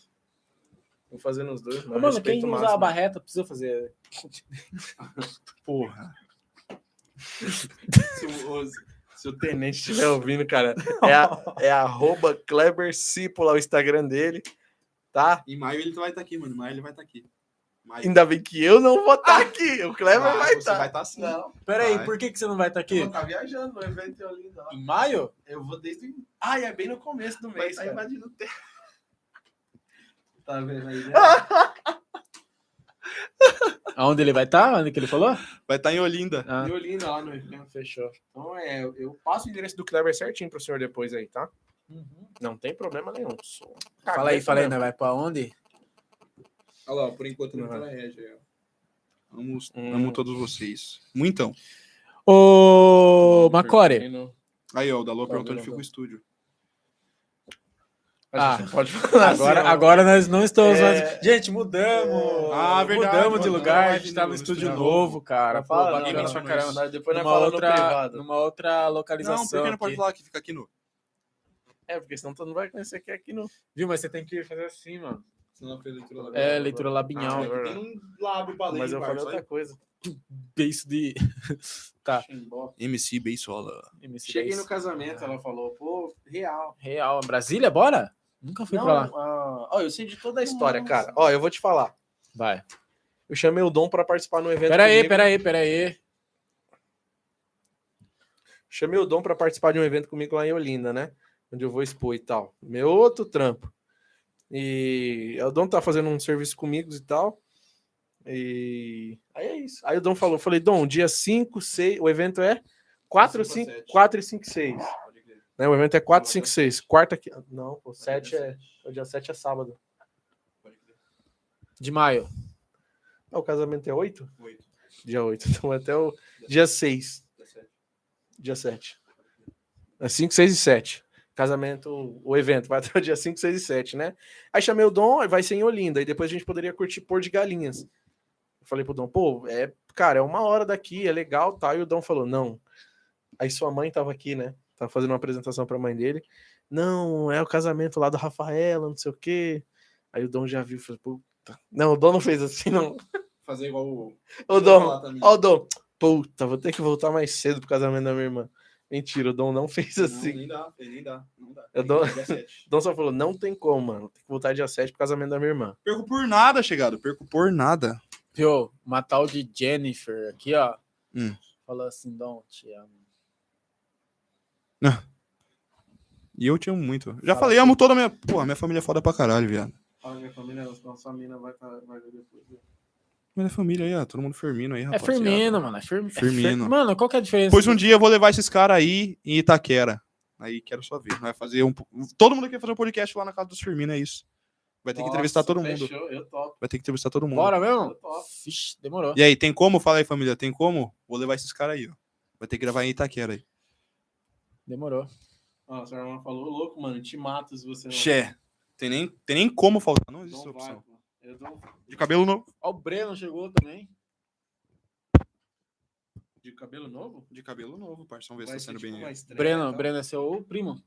Vou fazer nos dois, mas
Mano,
respeito
quem
o
usa a
máximo.
barreta precisa fazer.
Porra.
Se o- o-
Se o tenente estiver ouvindo, cara, é, a, é arroba Kleber Cipola, o Instagram dele, tá?
Em maio ele vai estar aqui, mano. Em maio ele vai estar aqui.
Ainda bem que eu não vou tá. estar aqui, o Kleber vai estar.
vai estar assim.
Não,
Pera aí,
Vai.
por que, que você não vai estar
eu
aqui?
vou tá viajando no evento ali. Não.
Em Ah, maio?
Eu vou desde. o- Ah, é bem no começo do mês.
tá
Tá invadindo o tempo. Tá vendo aí? né?
Aonde ele vai estar? Onde que ele falou?
Vai estar em Olinda.
Ah,
E o Lino lá no evento.
fechou.
Então é, eu- eu
Passa o endereço do Kleber certinho pro senhor depois aí, tá? Não tem problema nenhum. sou um
Fala aí,
cagado
fala aí,
mesmo.
né? vai pra onde?
Olha lá, por enquanto
não tá
é
na
rede. Amo,
Hum.
amo todos vocês. Muitão.
né? Ô, Macore.
Aí, ó, o Dalô perguntou
Dalô.
onde fica o estúdio.
A gente
Ah,
não pode falar
Agora,
assim, não.
agora nós não estamos
É.
mais. Gente, mudamos!
Ah, verdade, é
Mudamos de
mudamos,
lugar, a
mudamos
gente
de
tá no
novo,
estúdio
estúdio
novo, cara.
Não
Pô,
fala,
bacana
não,
pra
não,
caramba.
Nós depois nós
numa
falamos no
outra,
privado.
numa outra
Não,
localização
porque não pode
aqui.
falar que fica aqui no.
É, porque senão tu não vai conhecer aqui, aqui no.
Viu, mas você tem que fazer assim, mano.
Senão fez leitura lá.
É, leitura labinhal.
Ah,
né?
é verdade.
um lábio pra
Mas eu falei
parça,
outra
olha.
coisa.
Beijo é. de... tá.
Ximbó.
MC Beisola.
MC
Cheguei
Beijo.
no casamento, ela falou, pô, real.
Real. Brasília, bora? Nunca fui pra lá.
ah, ó, eu sei de toda a
Da história,
Nossa.
cara. Ó, eu vou te falar.
Vai.
Eu chamei o Dom pra participar no evento.
Pera aí,
comigo.
pera aí, pera aí.
Chamei o Dom pra participar de um evento comigo lá em Olinda, né? Onde eu vou expor e tal. Meu outro trampo. E o Dom tá fazendo um serviço comigo e tal. E aí é isso. Aí o Dom falou, eu falei, Dom, dia 5, 6, o evento é 4,
Cinco a
5,
sete.
4 e 5, 6.
Pode crer.
Né? O evento é 4, 5, 6. Quarta, qui- não, pô, 7 é, o dia 7 é sábado.
Pode crer.
De maio.
Ah, o casamento é 8?
Oito.
Dia 8. Então até o dia 6,
Dezessete.
dia 7. É 5, 6 e 7. Casamento, o evento vai até o dia 5, 6 e 7, né? Aí chamei o Dom, aí vai ser em Olinda, e depois a gente poderia curtir Pôr de Galinhas. Eu falei pro Dom, pô, é, cara, é uma hora daqui, é legal, tá? E o Dom falou, não. Aí sua mãe tava aqui, né? tá fazendo uma apresentação pra mãe dele. Não, é o casamento lá da Rafaela, não sei o quê. Aí o Dom já viu e falou, puta. Não, o Dom não fez assim, não.
Fazer igual o.
O Dom,
Lá também.
ó o Dom. Puta, vou ter que voltar mais cedo pro casamento da minha irmã. Mentira, o Dom não fez
Não,
assim.
Nem dá, nem dá. Não dá.
Eu
Tem
dou-
que pegar sete.
O Dom só falou, não tem como, mano. Tem que voltar dia 7 pro casamento da minha irmã.
Perco por nada, chegado. Perco por nada.
Viu? Uma tal de Jennifer aqui, ó.
Hum.
Falou assim, Dom, te amo.
E eu te amo muito. Já
Fala
falei,
assim.
amo toda a minha. Porra, minha família é foda pra caralho, viado.
Olha, minha família, nossa mina vai, vai ver depois. viu?
Minha família aí, ó. Todo mundo firmino aí,
É
rapaz.
Firmino, mano. É Firmino.
Firmino.
Mano, qual que é a diferença?
Pois um dia eu vou levar esses caras aí em Itaquera. Aí quero só ver. Vai fazer um. Todo mundo quer fazer um podcast lá na casa dos Firmino, é isso. Vai ter que
Nossa,
entrevistar todo mundo.
Fechou, eu topo.
Vai ter que entrevistar todo mundo.
Bora
Eu
mesmo?
topo.
Vixe, demorou.
E aí, tem como? Fala aí, família. Tem como? Vou levar esses caras aí, ó. Vai ter que gravar em Itaquera aí.
Demorou.
Ó, seu irmão falou, "Ô, louco, mano, te mato se você não.
Xé. Tem nem, tem nem como faltar. Não existe essa
Então vai,
opção.
pô. Eu dou
De cabelo novo.
Ó, o Breno chegou também.
de cabelo novo?
De cabelo novo, parça. Vamos ver
Vai
se tá
ser
sendo
tipo
bem.
uma estrela,
Breno,
então.
Breno é seu primo.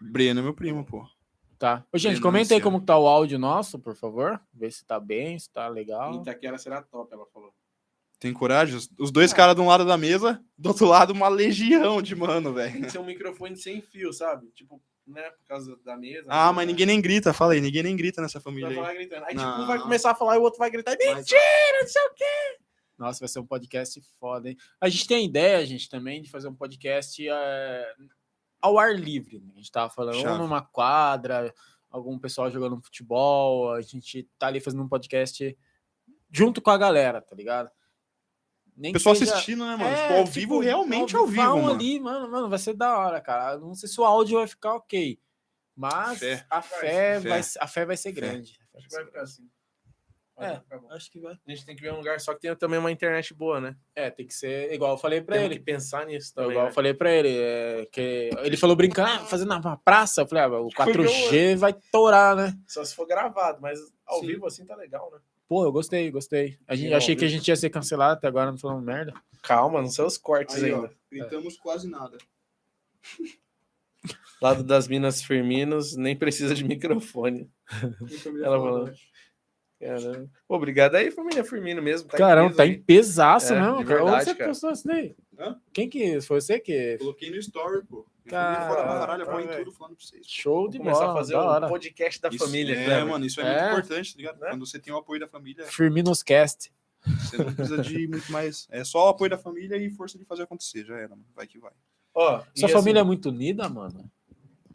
Breno é meu primo, pô.
Tá. Ô, gente,
Breno é
comenta aí
Luciano.
como que tá o áudio nosso, por favor. Vê se tá bem, se tá
Em
legal.
Itaquera será top, ela falou.
Tem coragem? Os- Os dois caras de um lado da mesa, do outro lado uma legião de mano, velho.
Tem que ser um microfone sem fio, sabe? Tipo, né? Por causa da mesa.
Ah,
né?
mas ninguém nem grita, fala aí, ninguém nem grita nessa família
Vai
aí.
falar gritando. Aí,
Não.
tipo, um vai começar a falar e o outro vai gritar.
Mas-
Mentira!
Nossa, vai ser um podcast foda, hein? A gente tem a ideia, gente, também, de fazer um podcast eh, ao ar livre. né? A gente tava falando ou
Chave.
numa quadra, algum pessoal jogando futebol. A gente tá ali fazendo um podcast junto com a galera, tá ligado? Nem
O
que
pessoal
seja-
assistindo, né, mano?
É,
Tipo, ao
tipo,
vivo, realmente ao vivo,
vivão
mano.
ali, mano, mano, vai ser da hora, cara. Não sei se o áudio vai ficar ok, mas
Fé.
a fé
Fé.
vai, a fé vai ser grande.
Acho que vai ficar assim.
É.
Vai ficar bom.
Acho que vai.
A gente tem que ver um lugar só que tenha também uma internet boa, né?
É, tem que ser igual eu falei pra
Temos
ele.
que pensar nisso
Então,
também.
igual
né?
eu falei pra ele, é, que ele falou brincando, ah, fazendo na praça. Eu falei, ah, o 4G vai tourar, né?
Só se for gravado, mas ao
Sim.
vivo assim tá legal, né?
Pô, eu gostei, gostei. A gente,
Não,
achei que a
viu?
gente ia ser cancelado, até agora não falando merda.
Calma, não são os cortes ainda.
gritamos quase nada.
Lado das Minas Firminos, nem precisa de microfone. Ela falou. Caramba. Obrigado aí, família Firmino mesmo. tá em
Caramba,
peso
tá
aí.
em pesaço
É,
mesmo,
de
cara. Onde
verdade,
você
cara.
postou isso daí?
Hã?
Quem que foi você que
Coloquei no story, pô. é
Cara,
Fora pra caralho,
tá,
põe
velho.
tudo falando pra vocês.
Show
Vou
de
começar
bola,
a fazer um
da
o
hora.
podcast da
Isso
família. né?
É,
Kleber.
mano, isso é,
É.
muito importante, tá ligado?
Né?
Quando você tem o apoio da família,
Firminos Cast.
você não precisa de muito mais. É só o apoio da família e força de fazer acontecer, já era, mano. Vai que vai.
Ó, e
Sua
assim,
família é muito unida, mano.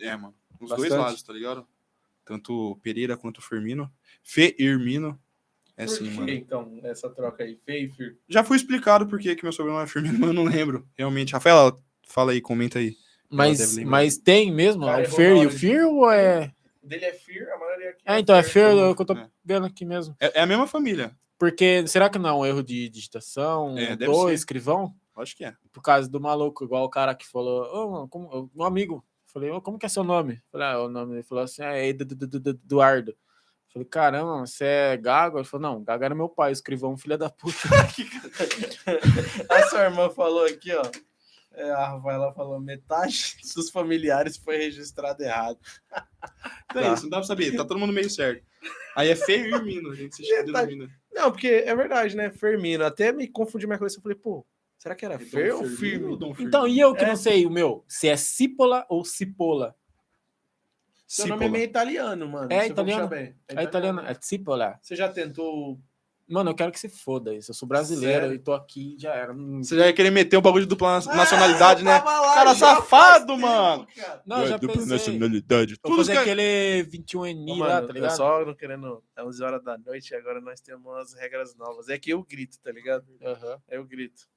É, mano. Os
Bastante.
dois lados, tá ligado? Tanto o Pereira quanto o Firmino. Fe Irmino. É
por
assim,
quê,
mano.
Então, essa troca aí, Fei, Fir.
Já foi explicado por que que meu sobrenome é Firmino, mas eu não lembro. Realmente. Rafaela, fala aí, comenta aí. deve
Mas,
lembrar.
mas tem mesmo? É o
Cara, é errou
Fer
na
e o
hora.
Fear ou é.
O dele é Fir, a maioria aqui.
É, então é Fer que eu tô
É.
vendo aqui mesmo.
É, é a mesma família.
Porque será que não é um erro de digitação?
É, deve
do
ser.
escrivão?
Acho que é.
por causa do maluco, igual o cara que falou, ô, mano, como, meu amigo, falei, ô, como que é seu nome? Falei, ah, o nome, ele falou assim, é Edu- Edu- Edu- Edu- Eduardo. Falei, caramba, você é Gago? Ele falou, não, Gago era meu pai, escrivão, filha da puta.
A sua irmã falou aqui, ó. É, a Rafaela falou: metade dos familiares foi registrado errado.
Então é
Tá.
isso, não dá pra saber. Tá todo mundo meio certo. Aí é Feio Irmino, a gente se chama
Verdade.
denomina.
Não, porque é verdade, né? Firmino. Até me confundi minha cabeça. Eu falei, pô, será que era
É Dom
Fer ou
Firmino ou
Firmino?
Dom Firmino?
Então, e eu que
É.
não sei o meu, se é Cipola ou Cipola?
Seu nome é meio italiano, mano.
É
se eu for puxar
italiano?
bem.
É italiano, é Cipola.
Você já tentou.
Mano, eu quero que se foda isso, eu sou brasileiro
Sério?
e tô aqui, já era. Não,
Você já ia querer meter um bagulho de dupla
Ah,
na- nacionalidade, né? Cara safado, mano!
não eu já pensei, é- eu
nacionalidade.
vou
Tudo
fazer
que... é-
aquele 21N lá, tá ligado?
só não querendo. É 11 horas da noite e agora nós temos umas regras novas. É que eu grito, tá ligado?
Aham.
É eu grito.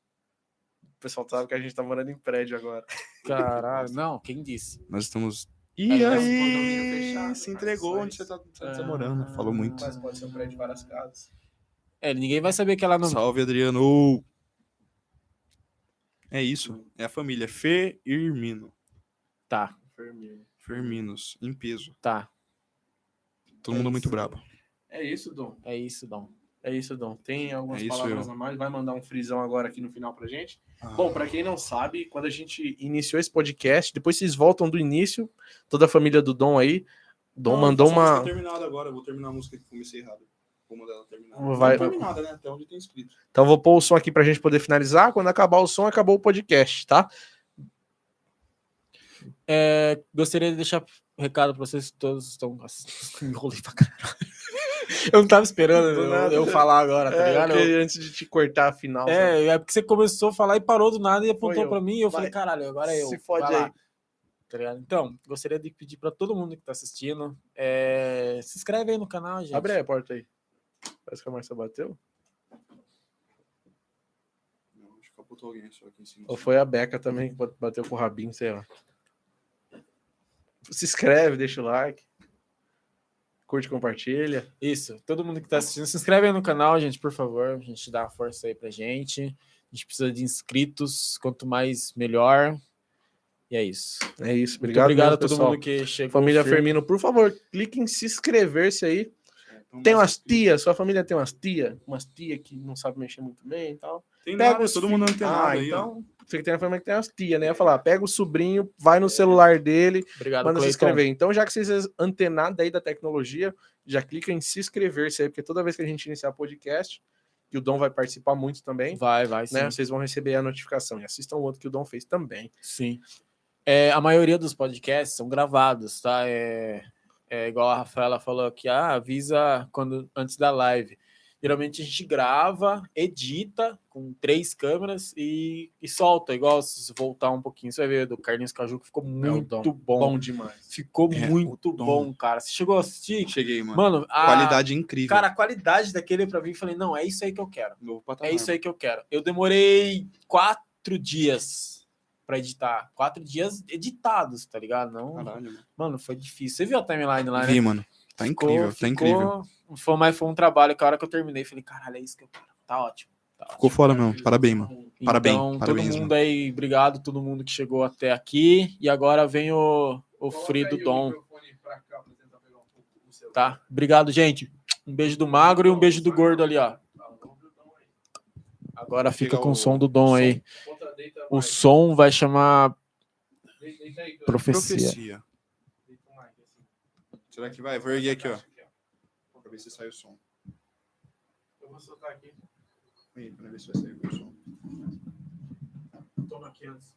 O pessoal sabe que a gente tá morando em prédio agora.
Caralho, não, quem disse?
Nós estamos...
É,
E
mas
condomínio fechado,
aí, se
cara,
entregou
só
onde
isso.
você tá, você
É.
tá morando. Falou muito.
Mas pode ser um prédio de várias casas.
É, ninguém vai saber que ela não
Salve, Adriano. É isso. É a família Firmino.
tá,
Firmino.
Firminos, em peso.
tá.
Todo mundo muito brabo.
É isso, Dom.
É isso, Dom.
É isso, Dom. Tem algumas
É isso,
palavras
eu.
a mais. Vai mandar um frisão agora aqui no final pra gente.
Ah.
Bom, pra quem não sabe, quando a gente iniciou esse podcast, depois vocês voltam do início, toda a família do Dom aí. Dom
Não,
mandou
essa música
uma.
é terminada agora, eu vou terminar a música que comecei errado. Vou mandar ela terminar.
Vai-
Não terminada, né? Até onde tem escrito.
Então vou pôr o som aqui pra gente poder finalizar. Quando acabar o som, acabou o podcast, tá?
É, gostaria de deixar recado pra vocês que todos estão. Nossa, enrolei pra caralho. Eu não tava esperando
Do
eu,
nada. né?
eu falar agora, tá ligado? Eu-
É, antes de te cortar a final.
É, é porque você começou a falar e parou do nada e apontou
eu.
pra mim e eu
Vai.
falei, caralho, agora é eu.
Se fode
Vai lá.
aí.
Tá ligado? Então, gostaria de pedir pra todo mundo que tá assistindo, é, se inscreve aí no canal, gente.
Abre aí a porta aí. Parece que a Marcia bateu.
Não, acho que capotou alguém só aqui em cima.
Ou foi a Beca também que bateu com o Rabinho, sei lá. Se inscreve, deixa o like. Curte, compartilha.
Isso, todo mundo que tá assistindo, se inscreve aí no canal, gente, por favor. A gente dá uma força aí pra gente. A gente precisa de inscritos, quanto mais, melhor. E é isso.
É isso.
Muito
Obrigado,
obrigado
mesmo,
a todo
pessoal.
mundo que chegou.
Família
firme.
Fermino, por favor, clique em se inscrever-se aí.
É, então,
Tem
mas-
umas tias, sua família tem umas tias, umas tias que não sabe mexer muito bem e tal.
Tem
pega
nada,
os
todo mundo antenado
Ah,
aí, ó.
então, você que tem uma família que tem umas tias, né? Eu ia falar, pega o sobrinho, vai no celular dele,
Obrigado,
manda se
Cleiton.
inscrever. Então, já que vocês é antenado aí da tecnologia, já clica em se inscrever-se aí, porque toda vez que a gente iniciar podcast, que o Dom vai participar muito também,
Vai, vai, sim.
né? Vocês vão receber a notificação. E assistam o outro que o Dom fez também.
Sim. É, a maioria dos podcasts são gravados, tá? É, é igual a Rafaela falou aqui, ah, avisa quando, antes da live. Geralmente a gente grava, edita com três câmeras e, e solta. Igual se voltar um pouquinho, você vai ver do Carlinhos Caju que ficou muito
É Dom.
bom.
demais.
Ficou
É,
muito
o Dom.
bom, cara. Você chegou a
então.
assistir?
Cheguei, mano.
Mano,
ah,
a
Qualidade incrível.
Cara, a qualidade daquele pra mim, eu falei, não, é isso aí que eu quero.
Novo patamar.
É isso aí que eu quero. Eu demorei quatro dias pra editar. Quatro dias editados, tá ligado? Não,
Caralho, mano.
mano, foi difícil. Você viu a timeline lá, né?
Vi, mano. Tá
Ficou-
incrível, tá incrível.
ficou- Foi, mas foi um trabalho que a hora que eu terminei, eu falei, caralho, é isso que eu quero. Tá ótimo. Tá
Ficou
ótimo.
fora mesmo. Parabéns, mano. Parabéns,
Então,
parabéns,
todo mundo
mano.
aí, obrigado todo mundo que chegou até aqui. E agora vem o, o Free do Dom,
um
tá? Obrigado, gente. Um beijo do magro e um beijo do gordo ali, ó. Agora fica
Pegar
com
o
o som do Dom aí.
Um
O som vai chamar Profecia.
Profecia.
assim.
Será que vai? Vou erguer aqui, ó. Pra ver se sai o som.
Eu vou soltar aqui.
Aí, pra ver se vai sair o som.
Toma aqui antes.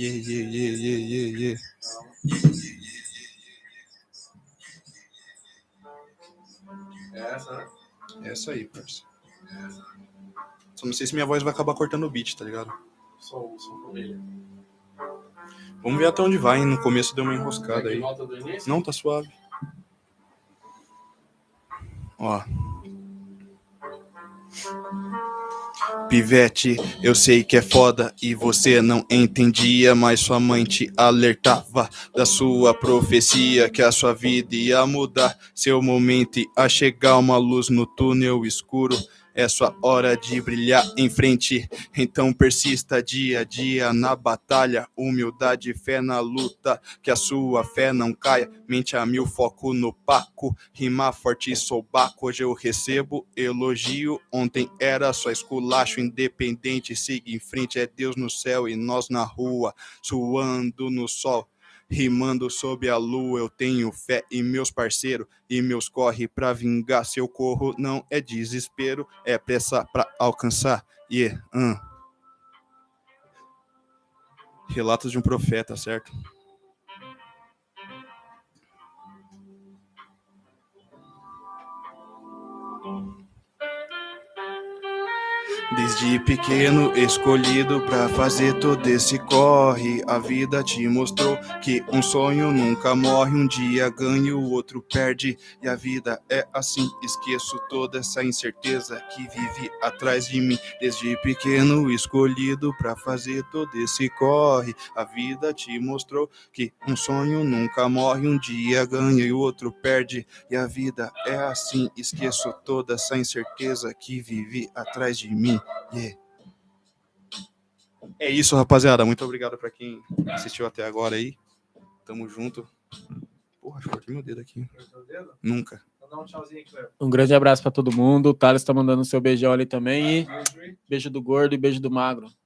Yeah, yeah, yeah, yeah, yeah, yeah.
né?
É essa aí, parça. Só não sei se minha voz vai acabar cortando o beat, tá ligado?
Som, som família.
Vamos ver até onde vai, hein? No começo deu uma enroscada aí.
Volta do início.
Não, tá suave. Ó. Pivete, eu sei que é foda e você não entendia, mas sua mãe te alertava da sua profecia que a sua vida ia mudar. Seu momento a chegar uma luz no túnel escuro. É sua hora de brilhar em frente. Então persista dia a dia na batalha. Humildade, fé na luta que a sua fé não caia. Mente a mil, foco no paco, rima forte, sou baco. Hoje eu recebo elogio, ontem era só esculacho. Independente, siga em frente, é Deus no céu e nós na rua, suando no sol. Rimando sob a lua, eu tenho fé e meus parceiros e meus corre pra vingar. Seu corro não é desespero, é pressa pra alcançar. Yeah, hum. Relatos de um profeta, certo? Desde pequeno escolhido pra fazer todo esse corre, a vida te mostrou que um sonho nunca morre, um dia ganha o outro perde e a vida é assim. Esqueço toda essa incerteza que vive atrás de mim. Desde pequeno escolhido pra fazer todo esse corre, a vida te mostrou que um sonho nunca morre, um dia ganha e o outro perde e a vida é assim. Esqueço toda essa incerteza que vivi atrás de mim. Yeah. É isso, rapaziada. Muito obrigado pra quem assistiu até agora aí. Tamo junto. Porra, acho que eu cortei meu dedo aqui.
Cortou o dedo?
Nunca.
Então dá um tchauzinho aí,
né?
Cleber.
Um grande abraço pra todo mundo. O Thales tá mandando seu beijão ali também. E
Beijo aí.
beijo do gordo e beijo do magro.